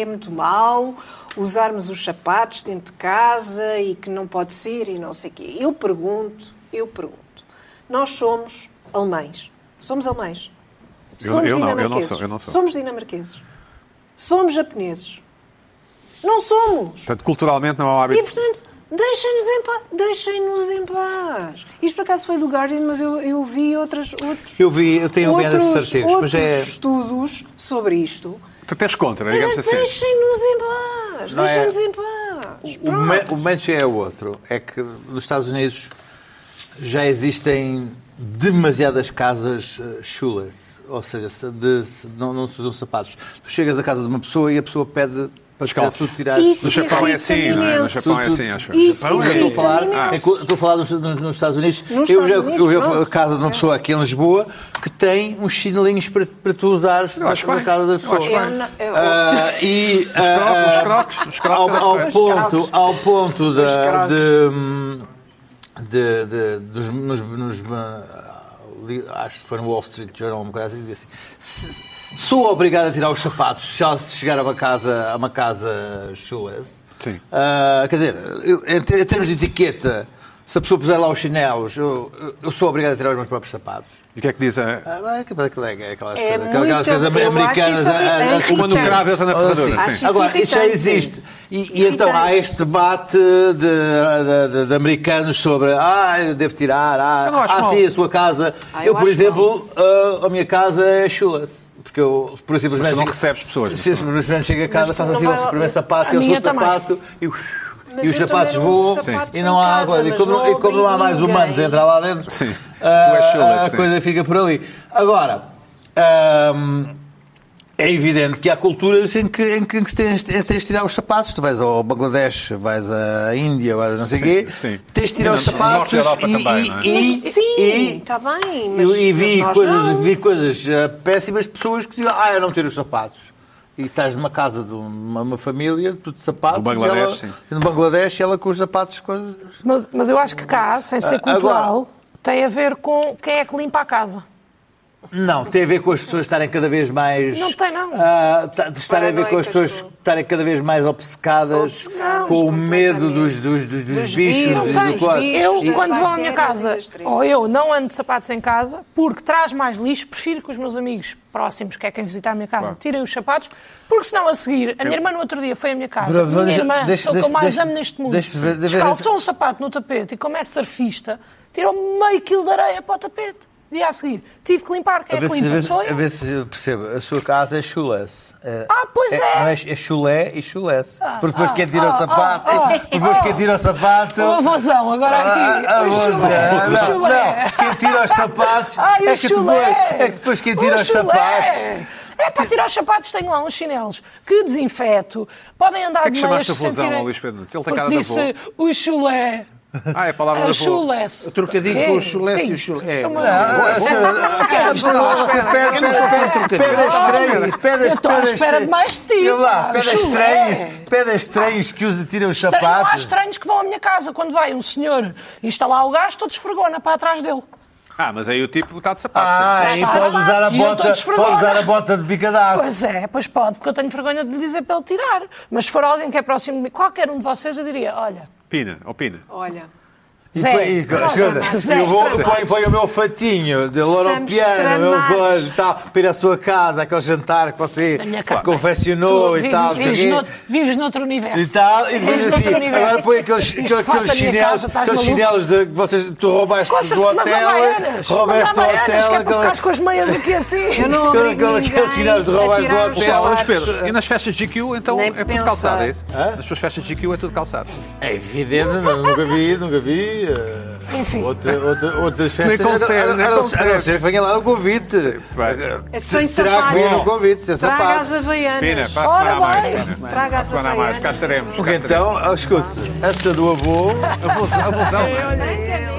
Speaker 4: é muito mau usarmos os sapatos dentro de casa e que não pode ser e não sei o quê. Eu pergunto, eu pergunto. Nós somos alemães. Somos alemães.
Speaker 1: Eu-
Speaker 4: somos
Speaker 1: eu não, eu não
Speaker 4: dinamarqueses.
Speaker 1: sou, eu não sou.
Speaker 4: Somos dinamarqueses. Somos japoneses. Não somos.
Speaker 1: Portanto, culturalmente não há um hábito.
Speaker 4: E, portanto, Deixem-nos em paz. Deixem-nos em paz. Isto por acaso foi do Guardian, mas eu, eu vi outras, outros,
Speaker 3: Eu vi, eu tenho medo desses
Speaker 4: outros,
Speaker 3: artigos, mas
Speaker 4: outros
Speaker 3: é.
Speaker 4: estudos sobre isto.
Speaker 1: Tu tens contra, digamos
Speaker 4: Mas
Speaker 1: assim.
Speaker 4: Deixem-nos em paz.
Speaker 3: Não é-
Speaker 4: Deixem-nos em paz.
Speaker 3: O, ma-
Speaker 4: Pronto.
Speaker 3: o manche é outro. É que nos Estados Unidos já existem demasiadas casas eh, shoeless, ou seja, se- de- se- não, não se usam sapatos. Tu chegas à casa de uma pessoa e a pessoa pede para tirar-
Speaker 1: Descalço.
Speaker 3: tu tirar.
Speaker 4: Isso
Speaker 1: No Japão é
Speaker 4: irrita
Speaker 1: assim, não é? No
Speaker 4: imenso.
Speaker 1: Japão é Ah,
Speaker 3: Tudo-
Speaker 1: assim, acho. eu.
Speaker 4: Isso
Speaker 3: Não, eu estou a
Speaker 4: irrita-me
Speaker 3: falar,
Speaker 4: imenso.
Speaker 3: é que eu estou a falar nos, nos- nos Estados Unidos.
Speaker 4: Nos
Speaker 3: eu já
Speaker 4: Estados Unidos,
Speaker 3: eu já fui à
Speaker 4: pronto.
Speaker 3: casa de uma pessoa aqui em Lisboa que tem uns chinelinhos para, para tu usares na,
Speaker 1: acho
Speaker 3: na
Speaker 1: bem.
Speaker 3: casa da
Speaker 1: Eu
Speaker 3: pessoa.
Speaker 1: acho
Speaker 4: Eu não- eu-
Speaker 3: Ah, e
Speaker 1: Os
Speaker 3: ah,
Speaker 1: crocs, os é crocs, os crocs
Speaker 3: ao,
Speaker 1: era correto.
Speaker 3: ao ponto, ao ponto da,
Speaker 4: crocs.
Speaker 3: de, de- de- dos, nos, nos- ah, li- acho que foi no Wall Street Journal, uma coisa assim, dizia assim, "Se- sou obrigado a tirar os sapatos se ela chegar a uma casa, a uma casa shoeless.
Speaker 1: Sim.
Speaker 3: Ah, quer dizer, eu- em, ter- em termos de etiqueta, se a pessoa puser lá os chinelos, eu, eu- eu sou obrigado a tirar os meus próprios sapatos.
Speaker 1: E o que é que diz a,
Speaker 3: Ah, mas é que- é que- é que- é Aquelas,
Speaker 4: É
Speaker 3: coisas, aquelas
Speaker 4: muito-
Speaker 3: coisas
Speaker 4: eu acho
Speaker 3: americanas. ah,
Speaker 4: isso
Speaker 3: a- a- a-
Speaker 4: irritante.
Speaker 1: Quando o cravo entra na
Speaker 3: Ou assim.
Speaker 1: ferradura,
Speaker 4: sim. Acho
Speaker 3: Agora,
Speaker 4: isso
Speaker 3: isto já
Speaker 4: irritante.
Speaker 3: existe. E, e então há
Speaker 4: Irritante.
Speaker 3: este debate de, de- de- de americanos sobre ah, eu devo tirar, ah,
Speaker 1: Eu não acho
Speaker 3: ah
Speaker 1: mal.
Speaker 3: sim, a sua casa.
Speaker 4: Ah,
Speaker 3: eu,
Speaker 4: eu
Speaker 3: por
Speaker 4: acho
Speaker 3: exemplo, ah, a minha casa é chula-se. Porque eu, por simplesmente.
Speaker 1: Mas tu não é? recebes pessoas, mas
Speaker 3: Sim, simplesmente chego a casa,
Speaker 4: Mas tu
Speaker 3: faço
Speaker 4: não é
Speaker 3: assim
Speaker 4: vai
Speaker 3: o
Speaker 4: lá-
Speaker 3: primeiro sapato,
Speaker 5: A
Speaker 3: eu sou
Speaker 5: minha
Speaker 3: o
Speaker 5: também.
Speaker 3: sapato e,
Speaker 4: Mas
Speaker 3: e os
Speaker 4: eu
Speaker 3: sapatos
Speaker 4: também não uso
Speaker 3: voam
Speaker 4: sapatos
Speaker 3: e
Speaker 4: em
Speaker 3: não há
Speaker 4: casa,
Speaker 3: água. E
Speaker 4: mas
Speaker 3: como,
Speaker 4: não é
Speaker 3: e como não há mais
Speaker 4: obrigo
Speaker 3: humanos a
Speaker 4: ninguém.
Speaker 3: entrar lá dentro,
Speaker 1: Sim.
Speaker 3: ah,
Speaker 1: Tu és chula-se,
Speaker 3: a
Speaker 1: sim.
Speaker 3: coisa fica por ali. Agora. ah, é evidente que há culturas em que, em que, em que se tens, em que tens de tirar os sapatos. Tu vais ao Bangladesh, vais à Índia, vais a não sei
Speaker 1: Sim,
Speaker 3: o quê.
Speaker 1: sim.
Speaker 3: Tens de tirar
Speaker 1: Sim,
Speaker 3: os
Speaker 1: no norte
Speaker 3: sapatos.
Speaker 1: da Europa
Speaker 3: e,
Speaker 1: também, não é?
Speaker 3: e- e-
Speaker 4: Sim,
Speaker 3: e-
Speaker 4: está bem. Mas,
Speaker 3: eu- e vi
Speaker 4: mas nós
Speaker 3: coisas,
Speaker 4: não.
Speaker 3: vi coisas eh, péssimas de pessoas que diziam, ah, eu não tiro os sapatos. E estás numa casa de uma, uma família, tudo de sapatos.
Speaker 1: No Bangladesh,
Speaker 3: e
Speaker 1: sim.
Speaker 3: ela- No Bangladesh, e ela com os sapatos. Com...
Speaker 5: Mas, mas eu acho que cá, sem ser
Speaker 3: agora-
Speaker 5: cultural, tem a ver com quem é que limpa a casa.
Speaker 3: Não, tem a ver com as pessoas estarem cada vez mais.
Speaker 5: Não tem, não.
Speaker 3: Ah, tá- de estarem a ver com as
Speaker 4: Paranoicas,
Speaker 3: pessoas estarem cada vez mais obcecadas
Speaker 4: Obcecadas,
Speaker 3: com o medo dos, dos, dos, dos
Speaker 4: Dos
Speaker 3: bichos
Speaker 4: vírus,
Speaker 3: e
Speaker 4: Não
Speaker 3: do
Speaker 4: tem,
Speaker 3: quadro.
Speaker 4: vírus.
Speaker 5: Eu,
Speaker 4: E-
Speaker 5: quando vou à minha casa,
Speaker 4: Bactérias e
Speaker 5: ou eu não ando de sapatos em casa, porque traz mais lixo, prefiro que os meus amigos próximos, que é quem visita a minha casa, tirem os sapatos, porque senão a seguir, a minha irmã no outro dia foi à minha casa,
Speaker 3: Bruno,
Speaker 5: minha
Speaker 3: deixa-
Speaker 5: irmã,
Speaker 3: deixa-
Speaker 5: sou que eu
Speaker 3: deixa-
Speaker 5: mais
Speaker 3: deixa-
Speaker 5: amo neste mundo,
Speaker 3: deixa- deixa-
Speaker 5: descalçou um sapato no tapete e como é surfista, tirou meio quilo de areia para o tapete. Dia a seguir, tive que limpar, quem
Speaker 3: A
Speaker 5: é que
Speaker 3: ver, se, a,
Speaker 5: limpa?
Speaker 3: ver, se-
Speaker 5: Sou
Speaker 3: a
Speaker 5: eu.
Speaker 3: ver se eu percebo, a sua casa é chulesse.
Speaker 5: Ah, pois é.
Speaker 3: não é, é chulé e chulesse. Porque depois
Speaker 5: ah,
Speaker 3: quem tira o
Speaker 5: ah,
Speaker 3: sapato,
Speaker 5: ah,
Speaker 3: depois
Speaker 5: ah.
Speaker 3: quem tira o sapato.
Speaker 5: O avôzão, agora aqui.
Speaker 3: Ah, ah,
Speaker 5: o
Speaker 3: você,
Speaker 5: chulé, o
Speaker 3: não,
Speaker 5: chulé.
Speaker 3: não, quem tira os sapatos
Speaker 5: Ai,
Speaker 3: é,
Speaker 5: o
Speaker 3: que
Speaker 5: chulé.
Speaker 3: depois, é que depois quem tira
Speaker 5: O
Speaker 3: os
Speaker 5: chulé.
Speaker 3: sapatos
Speaker 5: É para tirar os sapatos, tenho lá uns chinelos que desinfeto, podem andar
Speaker 1: que é que
Speaker 5: de meias.
Speaker 1: chamaste
Speaker 5: se
Speaker 1: a fusão
Speaker 5: sentirem-
Speaker 1: ao Luís Pedro Nunes? Ele tem
Speaker 5: Porque
Speaker 1: cara de
Speaker 5: disse o chulé.
Speaker 1: Ah, é a palavra
Speaker 5: É
Speaker 1: da
Speaker 5: o
Speaker 1: avó.
Speaker 5: chulé.
Speaker 2: Trocadilho com o chulé e o chulé. É,
Speaker 5: é
Speaker 3: Pede,
Speaker 2: Eu não sou fã de
Speaker 3: pede, pede,
Speaker 2: trocadilhos.
Speaker 3: pede estranhos, pede
Speaker 5: Eu estou à
Speaker 3: pede
Speaker 5: espera de
Speaker 3: estranhos.
Speaker 5: mais de ti,
Speaker 3: Eu lá,
Speaker 5: pá,
Speaker 3: pede
Speaker 5: chulé.
Speaker 3: estranhos, pede estranhos que os tiram os
Speaker 5: Estranho, Não há
Speaker 3: sapatos.
Speaker 5: estranhos que vão à minha casa. Quando vai um senhor instalar o gás, estou de esfregona para atrás dele.
Speaker 1: Ah, mas aí o tipo está de sapato.
Speaker 3: Ah,
Speaker 1: sim.
Speaker 3: aí
Speaker 5: está.
Speaker 3: pode usar a
Speaker 5: E eu
Speaker 3: bota,
Speaker 5: estou desfregona.
Speaker 3: pode usar a bota de bicadaço.
Speaker 5: Pois é, pois pode, porque eu tenho vergonha de lhe dizer para ele tirar. Mas se for alguém que é próximo de mim, qualquer um de vocês, eu diria: olha,
Speaker 1: Pina, opina.
Speaker 4: Olha,
Speaker 5: Zé,
Speaker 3: E, põe- e- escuta,
Speaker 5: Zé,
Speaker 3: eu vou,
Speaker 5: Zé.
Speaker 3: põe, põe o meu fatinho de louro ao
Speaker 4: Estamos
Speaker 3: piano, o meu
Speaker 4: tramados.
Speaker 3: coisa e tal, para ir à sua casa, aquele jantar que você
Speaker 5: Na minha cama.
Speaker 3: confeccionou
Speaker 5: Tu
Speaker 3: e tal.
Speaker 5: vives,
Speaker 3: não sei o quê.
Speaker 5: noutro, vives noutro universo.
Speaker 3: E tal, e depois
Speaker 5: Vives
Speaker 3: assim,
Speaker 5: noutro universo.
Speaker 3: agora põe aqueles,
Speaker 5: Isto
Speaker 3: aqueles,
Speaker 5: falta
Speaker 3: aqueles
Speaker 5: na minha
Speaker 3: chinelos,
Speaker 5: casa, estás
Speaker 3: aqueles
Speaker 5: maluco?
Speaker 3: chinelos de, que vocês, tu roubaste
Speaker 5: Com
Speaker 3: do
Speaker 5: certeza, mas
Speaker 3: hotel,
Speaker 5: Havaianas,
Speaker 3: roubaste
Speaker 5: mas
Speaker 3: do
Speaker 5: Havaianas,
Speaker 3: hotel, então
Speaker 5: que é para
Speaker 3: aquele-
Speaker 5: ficares com as meias aqui assim.
Speaker 4: eu não
Speaker 3: Aquele-
Speaker 4: obrigo
Speaker 3: aquele-
Speaker 4: ninguém
Speaker 3: aqueles chinelos de roubar
Speaker 4: a tirar
Speaker 3: do
Speaker 4: os
Speaker 3: hotel.
Speaker 1: Luís
Speaker 4: sapatos.
Speaker 1: Pedro, e nas festas de GQ, então
Speaker 4: Nem
Speaker 1: é tudo
Speaker 4: pensar.
Speaker 1: calçado, é isso? Nas tuas festas de GQ é tudo calçado.
Speaker 3: É evidente, não, nunca vi, nunca vi. eh,
Speaker 5: Enfim.
Speaker 3: Outra, outra, outras festas.
Speaker 1: Nem consegue,
Speaker 3: A- a- a-
Speaker 1: nem
Speaker 3: a- a-
Speaker 1: consegue.
Speaker 3: A não ser que venha lá o convite.
Speaker 1: vai.
Speaker 4: É sem
Speaker 3: Terá que vir
Speaker 4: sapato.
Speaker 3: o convite, sem
Speaker 4: Traga as
Speaker 3: sapato.
Speaker 1: Pina,
Speaker 4: Havaianas.
Speaker 1: para a semana há
Speaker 5: Ora
Speaker 1: mais.
Speaker 5: bem.
Speaker 1: Pina.
Speaker 4: Traga
Speaker 1: Para a
Speaker 4: as
Speaker 1: semana há mais, cá
Speaker 4: Havaianas.
Speaker 3: então,
Speaker 1: estaremos. cá
Speaker 3: Porque
Speaker 1: estaremos.
Speaker 3: então, escute, essa do avô.
Speaker 1: A fusão- a fusão.
Speaker 4: Bem,